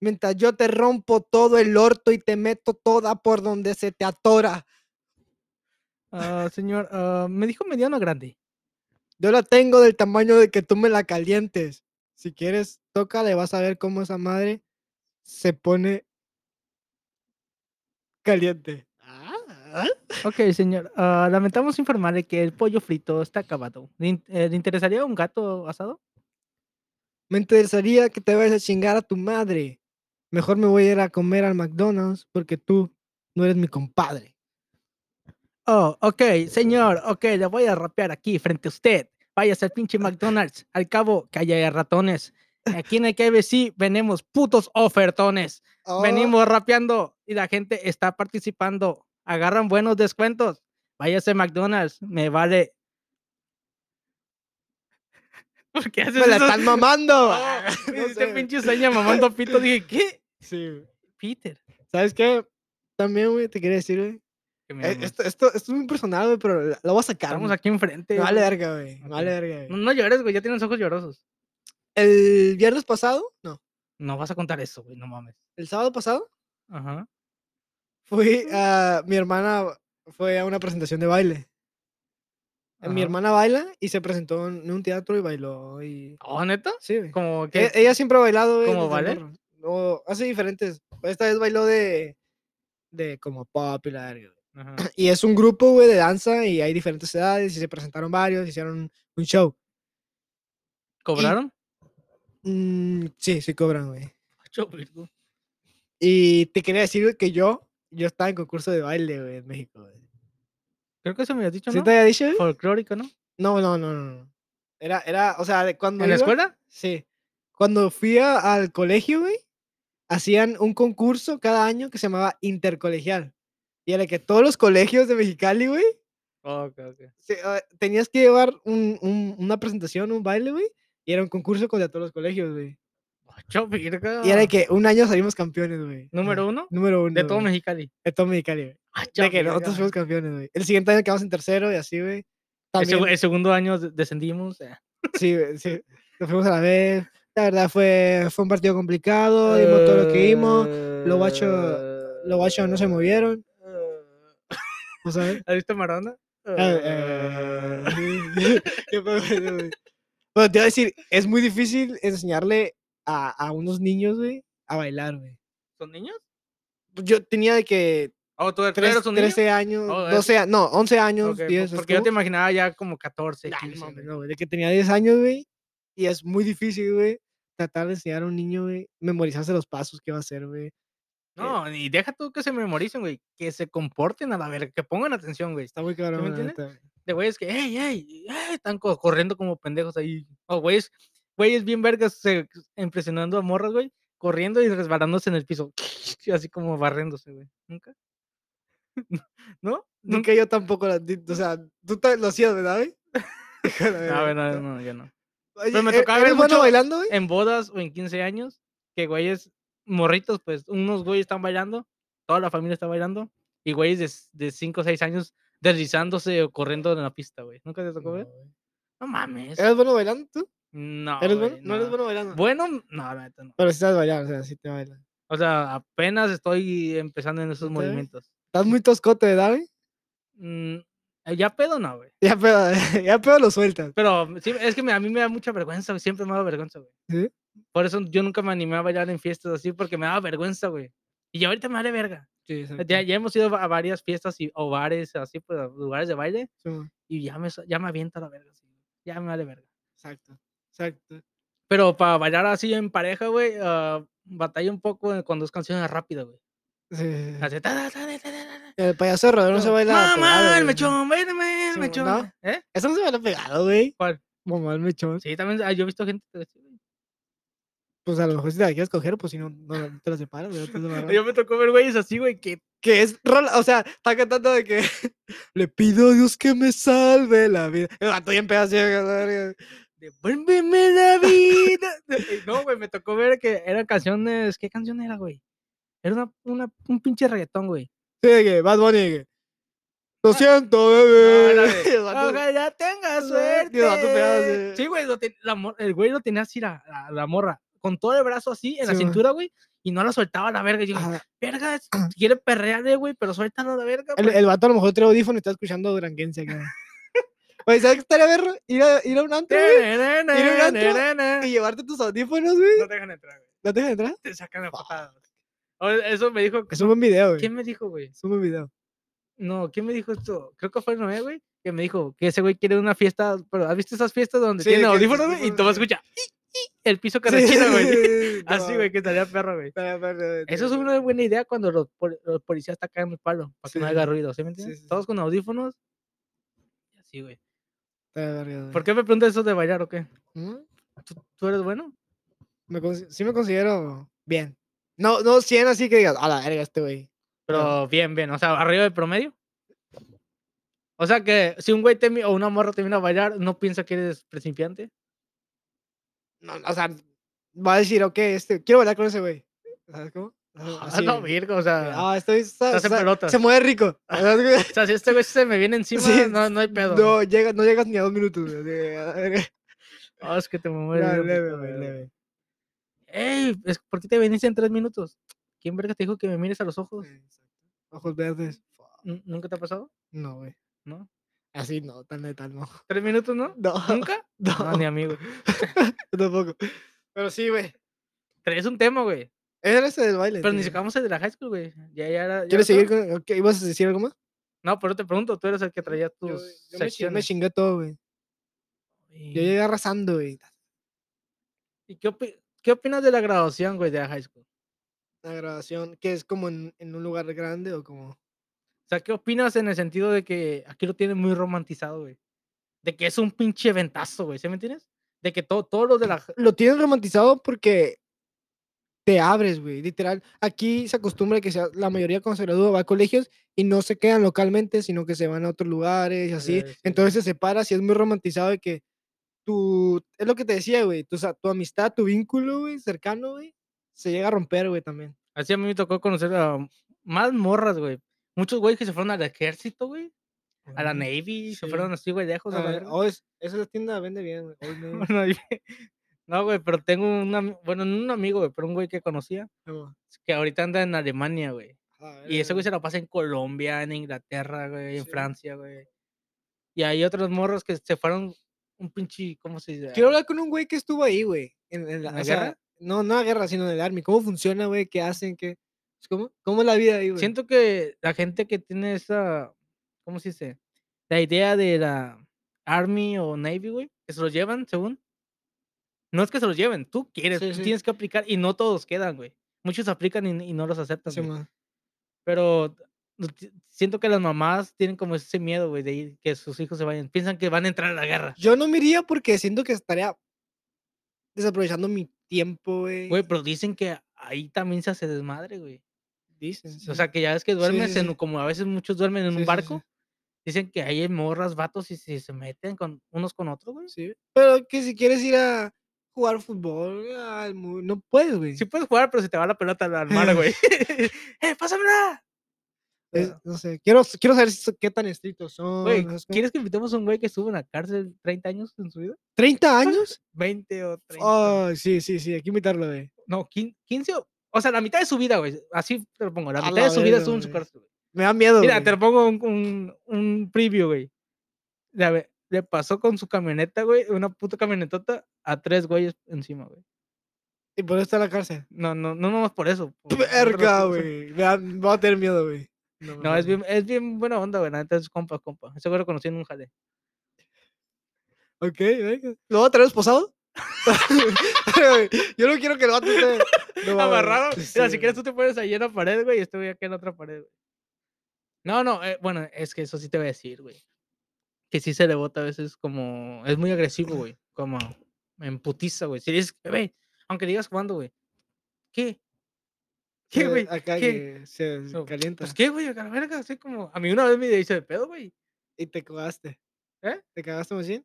Mientras yo te rompo todo el orto y te meto toda por donde se te atora. Ah, señor, ah, me dijo mediano o grande. Yo la tengo del tamaño de que tú me la calientes. Si quieres, tócale, vas a ver cómo esa madre se pone caliente. Ah, ¿eh? Ok, señor, ah, lamentamos informarle que el pollo frito está acabado. ¿Le, in- eh, le interesaría un gato asado? Me interesaría que te vayas a chingar a tu madre. Mejor me voy a ir a comer al McDonald's porque tú no eres mi compadre. Oh, ok, señor, ok, le voy a rapear aquí frente a usted. Váyase al pinche McDonald's. Al cabo, que haya ratones. Aquí en el KBC venimos putos ofertones. Oh, Venimos rapeando y la gente está participando. Agarran buenos descuentos. Váyase a McDonald's, me vale. ¿Por qué haces me la eso? están mamando. Ah, No me hiciste sé. pinche seña mamando pito. Dije, ¿qué? Sí, güey. Peter. ¿Sabes qué? También, güey, te quería decir, güey. que me eh, mamó. Esto, esto, esto es muy personal, güey, pero la- lo voy a sacar. Estamos güey. aquí enfrente. Me vale güey. verga, güey. Me vale Ok. verga, güey. No, no llores, güey. Ya tienes ojos llorosos. El viernes pasado, no, No vas a contar eso, güey. No mames. el sábado pasado, Ajá. fui a. Mi hermana fue a una presentación de baile. Eh, Mi ajá. hermana baila y se presentó en un teatro y bailó. Y... Oh, neta. Sí, güey. Como que. E- Ella siempre ha bailado, güey. ¿Cómo desde vale? morra. No, hace diferentes. Esta vez bailó de. de como pop y la verga, güey. Ajá. Y es un grupo, güey, de danza y hay diferentes edades y se presentaron varios, hicieron un show. ¿Cobraron? Mm, sí, sí cobran, güey. Ocho, virgo. Y te quería decir, güey, que yo. Yo estaba en concurso de baile, güey, en México, güey. Creo que eso me habías dicho, ¿Sí ¿no? te había dicho, güey? Folclórico, ¿no? No, no, no, no. no. Era, era, o sea, de cuando. ¿En la iba- escuela? Sí. Cuando fui a- al colegio, güey, hacían un concurso cada año que se llamaba intercolegial. Y era que todos los colegios de Mexicali, güey, Ok, ok. se- ah, tenías que llevar un- un- una presentación, un baile, güey. Y era un concurso contra todos los colegios, güey. Ocho, virgo. Y era de que un año salimos campeones, güey. Ah. Número Ajá. uno Número uno. de todo güey, Mexicali. De todo Mexicali, güey. Ocho, De que nosotros virgo. fuimos campeones, güey. El siguiente año quedamos en tercero y así, güey. El, seg- También- el segundo año de- descendimos. eh. Sí, güey, sí. Nos fuimos a la vez. La verdad fue, fue un partido complicado. Dimos todo lo que Eh. dimos. los guachos- Los guachos no se movieron. ¿no sabes? ¿Has visto Maradona? Eh, eh, sí, qué pedo, güey, güey. Bueno, te iba a decir, es muy difícil enseñarle a, a unos niños, güey, a bailar, güey. ¿Son niños? Pues Yo tenía de que ¿O tú, tú tres- eres un niño? 13 años, Oh, eres- 12 a- no, 11 años, Ok, po- 10. porque yo te imaginaba ya como 14, 15. imaginé. güey. de que tenía 10 años, güey. Y es muy difícil, güey, tratar de enseñar a un niño, güey, memorizarse los pasos que va a hacer, güey. No, y deja tú que se memoricen, güey. Que se comporten a la verga, que pongan atención, güey. Está muy cabrón. la me entiendes? neta, güey. De güeyes que, ey, ey, ey", están co- corriendo como pendejos ahí. O güeyes, güeyes bien vergas, se- impresionando a morras, güey. Corriendo y resbalándose en el piso. Así como barriéndose, güey. ¿Nunca? ¿No? Nunca yo tampoco la. di- O sea, tú ta- lo hacías, ¿verdad, güey? Hijo de la No, verga, Ah, bueno, no. no, yo no. Oye, Pero me ¿e- tocaba ver ¿Eres bueno mucho- bailando, güey? En bodas o en 15 años, que güeyes morritos, pues unos güeyes están bailando, toda la familia está bailando, y güeyes de s- de 5 o 6 años deslizándose o corriendo en la pista, güey. ¿Nunca te tocó No, ver? güey. No mames. ¿Eres bueno bailando tú? No. ¿Eres güey, bueno? ¿No eres bueno bailando? Bueno, no, la neta no. Pero sí sabes bailar, o sea, sí te bailas. O sea, apenas estoy empezando en esos ¿Neta, güey? movimientos. Estás muy toscote, ¿verdad, güey? Mm, eh, ya pedo no, güey. Ya pedo, ya pedo lo sueltas. Pero mm, sí, es que me- a mí me da mucha vergüenza, güey, siempre me da vergüenza, güey. ¿Sí? Por eso yo nunca me animé a bailar en fiestas así porque me daba vergüenza, güey. Y ya ahorita me vale verga. Sí, Pues, Ya, ya hemos ido a varias fiestas y, o bares así, pues, a lugares de baile y ya me, sa- ya me avienta la verga. así, güey. Ya me vale verga. Exacto, exacto. Pero para bailar así en pareja, güey, ah, batalla un poco con dos canciones rápidas, güey. Sí, sí, sí. Así, ta, ta, ta, ta, ta, ta, ta. El payaso de rodeo no se Yo, baila. pegado, Mamá, el güey. mechón, véneme, el Sí, mechón. ¿no? ¿Eh? Eso no se baila pegado, güey. ¿Cuál? Mamá, el mechón. Sí, también ah, yo he visto gente. que sí, güey. Pues a lo mejor si te la quieres coger, pues si no, no no te la separas. güey, no te la amarras. Yo me tocó ver güeyes así, güey, que que es rola, o sea, está cantando de que le pido a Dios que me salve la vida. El vato bien pedazo. devuélveme la vida. Eh, No, güey, me tocó ver que eran canciones. ¿Qué canción era, güey? Era una, una- un pinche reggaetón, güey. Sí, de que Bad Bunny, de que, lo siento, No, bebé. era Y de, el vato- Ojalá tenga suerte". suerte. Y el vato pegado así. Sí, güey, lo ten- la mor- el güey lo tenía así, la, la, la morra, con todo el brazo así, en la Sí, güey. cintura, güey, y no la soltaba a la verga. Y yo, Ah, verga, es- quiere perrearle, güey, pero suéltalo a la verga. el, pues". el vato a lo mejor trae audífono y está escuchando duranguense acá. Oye, ¿sabes qué estaría verlo? Ir a, ir a un antro, güey, Tiene antro un antro y y llevarte tus audífonos, güey. No te dejan entrar, güey. ¿No te dejan entrar? Te sacan la patada. Eso me dijo. Es un buen video, güey. ¿Quién me dijo, güey? Es un buen video. No, ¿quién me dijo esto? Creo que fue Noé, güey, que me dijo que ese güey quiere una fiesta. Pero ¿has visto esas fiestas donde Sí, tienen que- audífonos, güey? Y todo escucha "i, i", el piso que rechina, No, güey. Así, güey, que estaría perro, güey. estaría perro, güey, Eso es estaría una buena idea cuando los, pol- los policías atacan el palo, para que no Sí, haga sí. ruido, ¿sí me Sí, entiendes? sí, sí. Todos con audífonos. y Así, güey. perro, estaría perro, güey. ¿Por qué me preguntas eso de bailar o qué? ¿Mm? ¿Tú, tú eres bueno? Me consi- sí me considero bien. No, no 100 así que digas, a la verga este güey. Pero bien, bien. O sea, arriba del promedio. O sea que si un güey te mi- o una morra te viene a bailar, no piensa que eres principiante. No, o sea, va a decir, ok, este, quiero bailar con ese güey. ¿Sabes cómo? O sea, Ah, así, no, güey. virgo, o sea. Ah, estoy. sa- Estás en sa- pelotas. se mueve rico. ¿sabes cómo? O sea, si este güey se me viene encima, Sí, no, no hay pedo. no, llega, no llegas ni a dos minutos. güey, así que, a la verga. Ah, es que te mueres. No, bien leve, rico, güey, güey. leve. Ey, es- ¿por qué te viniste en tres minutos? ¿Quién verga te dijo que me mires a los ojos? Sí, exacto. Ojos verdes. fuck, N- ¿Nunca te ha pasado? No, güey. ¿No? Así no, tan letal no. ¿Tres minutos, no? No, ¿Nunca? no, No, ni amigo. yo tampoco. Pero sí, güey. Traes un tema, güey. Era ese del baile. Pero te ni digo. sacamos el de la high school, güey. Ya, ya era- ya era ¿Quieres seguir todo. con.? ok, ¿Ibas a decir algo más? No, pero te pregunto, tú eres el que traía tus Yo, yo me, chi- yo me secciones. chingué todo, güey. Yo Y- llegué arrasando, güey. ¿Y qué, opi- qué opinas de la graduación, güey, de la high school? La grabación, que es como en, en un lugar grande o como. O sea, ¿qué opinas en el sentido de que aquí lo tienen muy romantizado, güey? De que es un pinche ventazo, güey, ¿sí me entiendes? De que todo, todos los de la... Lo tienen romantizado porque te abres, güey. Literal, aquí se acostumbra que sea, la mayoría cuando se gradúa va a colegios y no se quedan localmente, sino que se van a otros lugares y así. sí, sí. Entonces se separa, si es muy romantizado de que tu. Es lo que te decía, güey. Tu, sa- tu amistad, tu vínculo, güey, cercano, güey, se llega a romper, güey, también. Así a mí me tocó conocer a más morras, güey. Muchos güeyes que se fueron al ejército, güey. A la Ujú. Navy, se sí. fueron así, güey, lejos. a la Ah, verga. oh, es, esa tienda vende bien, güey. oh, Old Navy. Bueno, y- no, güey, pero tengo un... ami- Bueno, no un amigo, güey, pero un güey que conocía. Como, Que ahorita anda en Alemania, güey. "Ah, Y ese güey se verga". la pasa en Colombia, en Inglaterra, güey, en Sí. Francia, güey. Y hay otros morros que se fueron un pinche, ¿cómo se dice? Quiero hablar con un güey que estuvo ahí, güey. En, en la, ¿En la o sea, guerra? no, no la guerra, sino en el army. ¿Cómo funciona, güey? ¿Qué hacen? ¿Qué? es como- ¿Cómo es la vida ahí, güey? Siento que la gente que tiene esa, ¿cómo se dice? La idea de la Army o Navy, güey, que se los llevan, según. No es que se los lleven, tú quieres, Sí, tú sí. tienes que aplicar y no todos quedan, güey. Muchos aplican y, y no los aceptan. Sí, güey. ma. Pero no ti- siento que las mamás tienen como ese miedo, güey, de ir- que sus hijos se vayan. Piensan que van a entrar a la guerra. Yo no me iría porque siento que estaría desaprovechando mi tiempo, güey. Güey, pero dicen que ahí también se hace desmadre, güey. Dicen, O sí. sea, que ya ves que duermes sí, en, sí. como a veces muchos duermen en Sí, sí, un sí. barco. Dicen que ahí hay morras, vatos y si se meten con unos con otros, güey. Sí, Pero que si quieres ir a jugar fútbol, al mu- no puedes, güey. Sí puedes jugar, pero se te va la pelota al mar, güey. ¡Eh, pásamela! Es- no sé, quiero, quiero saber si so- qué tan estrictos son. Güey, no sé cómo. ¿quieres que invitemos a un güey que estuvo en la cárcel 30 años en su vida? ¿30 años? 20 o 30. Ay, sí, sí, sí, hay que invitarlo, güey. No, quin- 15 o... O sea, la mitad de su vida, güey. Así te lo pongo. La A mitad la de su vida verga, estuvo en su güey. cárcel, güey. Me da miedo. Mira, te güey. lo pongo un, un, un preview, güey. Ya ve, Le pasó con su camioneta, güey, una puta camionetota, a tres güeyes encima, güey. Y por eso está en la cárcel. No, no, no nomás por eso. por otras Verga, cosas. güey. Me da- me va a tener miedo, güey. No, mames. es bien, es bien buena onda, güey. La neta es compa, compa. Ese güey lo conocí en un jale. Ok, venga. ¿Lo va a traer esposado? Güey, Yo no quiero que el vato esté no mames. Amarrado. Sí, Mira, sí, si güey. quieres tú te pones ahí en la pared, güey, y este güey acá en la otra pared, güey. No, no, eh, bueno, es que eso sí te voy a decir, güey. Que sí se le bota a veces como... Es muy agresivo, güey. Como en putiza, güey. Si le dices, güey, aunque le digas jugando, güey. ¿Qué? ¿Qué, Eh, güey? Acá ¿Qué? que se No, calienta. Pues, ¿qué, güey? A la verga, así como... A mí una vez me hice de pedo, güey. Y te cagaste. ¿Eh? ¿Te cagaste, Machín?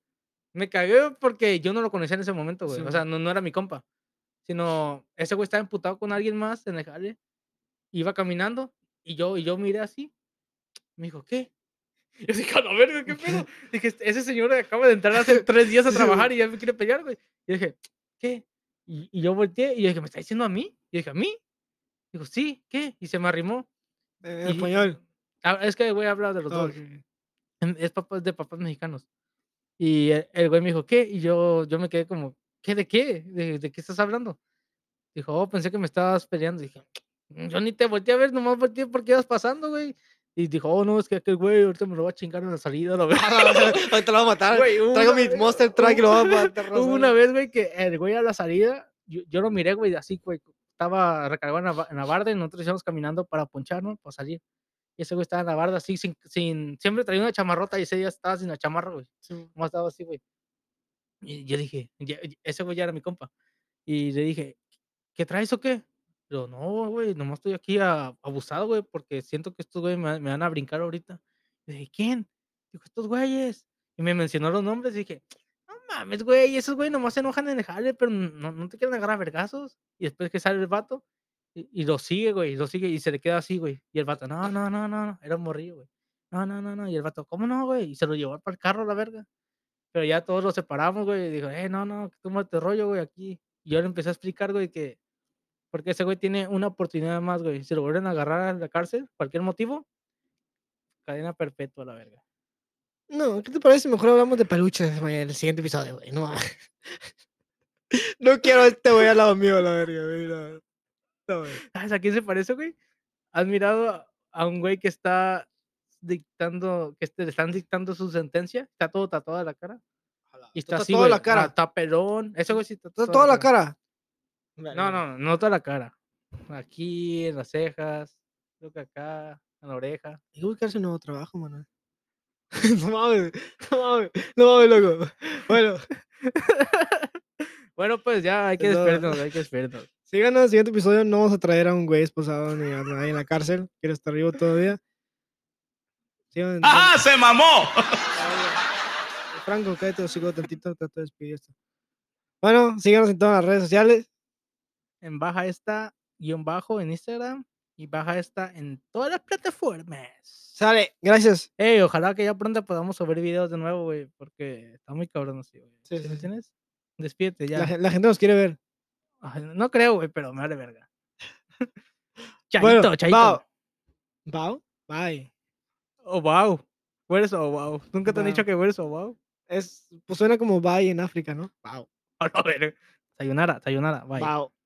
Me cagué porque yo no lo conocía en ese momento, güey. Sí, o sea, no, no era mi compa. Sino, ese güey estaba emputado con alguien más en el jale. Iba caminando y yo, y yo miré así. Me dijo, ¿qué? Yo dije, a la verga, ¿qué pedo? Dije, "Este- ese señor acaba de entrar hace tres días a Sí, güey. trabajar y ya me quiere pelear, güey. Y dije, ¿qué? Y, y yo volteé y yo dije, ¿me está diciendo a mí? Y dije, ¿a mí? Dijo, sí, ¿qué? Y se me arrimó. En Y- español. Ah, Es que el güey habla de los Ah, dos. ok. em, Es papá- de papás mexicanos. Y el, el güey me dijo, ¿qué? Y yo, yo me quedé como, ¿qué de qué? ¿De, de qué estás hablando? Dijo, oh, pensé que me estabas peleando. Dije, "Mm, yo ni te volteé a ver, nomás volteé porque ibas pasando, güey. Y dijo, oh, no, es que aquel güey ahorita me lo va a chingar en la salida, la verdad". Ahorita lo voy a matar. Güey, hubo Traigo una mi vez- Monster Truck y lo voy a matar. Hubo una vez, güey, que el güey a la salida, yo, yo lo miré, güey, así, güey, estaba recargado en la, ba- en la barda y nosotros íbamos caminando para poncharnos, para salir. Y ese güey estaba en la barda así, sin, sin, siempre traía una chamarrota y ese día estaba sin la chamarra, güey. Más estaba así, güey. Y yo dije, ya- ya- ese güey ya era mi compa. Y le dije, ¿qué traes o qué? Yo, no, güey, nomás estoy aquí a- abusado, güey, porque siento que estos güeyes me, van- me van a brincar ahorita. Le dije, ¿quién? Dijo, estos güeyes. Y me mencionó los nombres y dije, no mames, güey, esos güeyes nomás se enojan en el jale, pero no, no te quieren agarrar a vergazos. Y después que sale el vato, y, y lo sigue, güey, lo sigue y se le queda así, güey. Y el vato, no, no, no, no, no, era un morrillo, güey. No, no, no, no. Y el vato, ¿cómo no, güey? Y se lo llevó para el carro, la verga. Pero ya todos los separamos, güey. Y dijo, eh, no, no, que tú muerte rollo, güey, aquí. Y yo le empecé a explicar, güey, que. Porque ese güey tiene una oportunidad más, güey. Si lo vuelven a agarrar a la cárcel, cualquier motivo, cadena perpetua, la verga. No, ¿qué te parece? Mejor hablamos de peluches güey, en el siguiente episodio, güey. No, mames. no quiero a este güey al lado mío, la verga, güey. No, No, güey. ¿Sabes a quién se parece, güey? ¿Has mirado a- a un güey que está dictando, que este- le están dictando su sentencia? Está todo tatuado de la cara. Y está, así, toda güey. la ah, cara. Está pelón. Ese güey sí está Está toda la cara. No, no, no toda la cara. Aquí, en las cejas, creo que acá, en la oreja. Hay que buscarse un nuevo trabajo, mano. no mames, no mames, no mames, loco. Bueno, Bueno, pues ya hay que No. despertarnos, hay que despertarnos. sigan al siguiente episodio. No vamos a traer a un güey esposado ni a nadie en la cárcel. Quiero estar vivo todavía. Sigan- ¡Ajá! ¡Ah, ¡Se mamó! Franco, cállate, sigo tantito, trato de despedir esto. Bueno, síganos en todas las redes sociales. En baja esta, guión bajo en Instagram y baja esta en todas las plataformas. Sale, gracias. Ey, ojalá que ya pronto podamos subir videos de nuevo, güey, porque está muy cabrón así, güey. Sí, ¿Sí sí, me sí. entiendes? Despídete ya. La, gen- la gente nos quiere ver. Ay, No creo, güey, pero me vale verga. chaito, Bueno, chaito. bao. Bao, bye. Oh, wow. Where's oh, wow? Nunca te han dicho Bao. que where's oh, wow. Es, pues suena como bye en África, ¿no? Bao, A la verga. Sayonara, sayonara, bye. bao.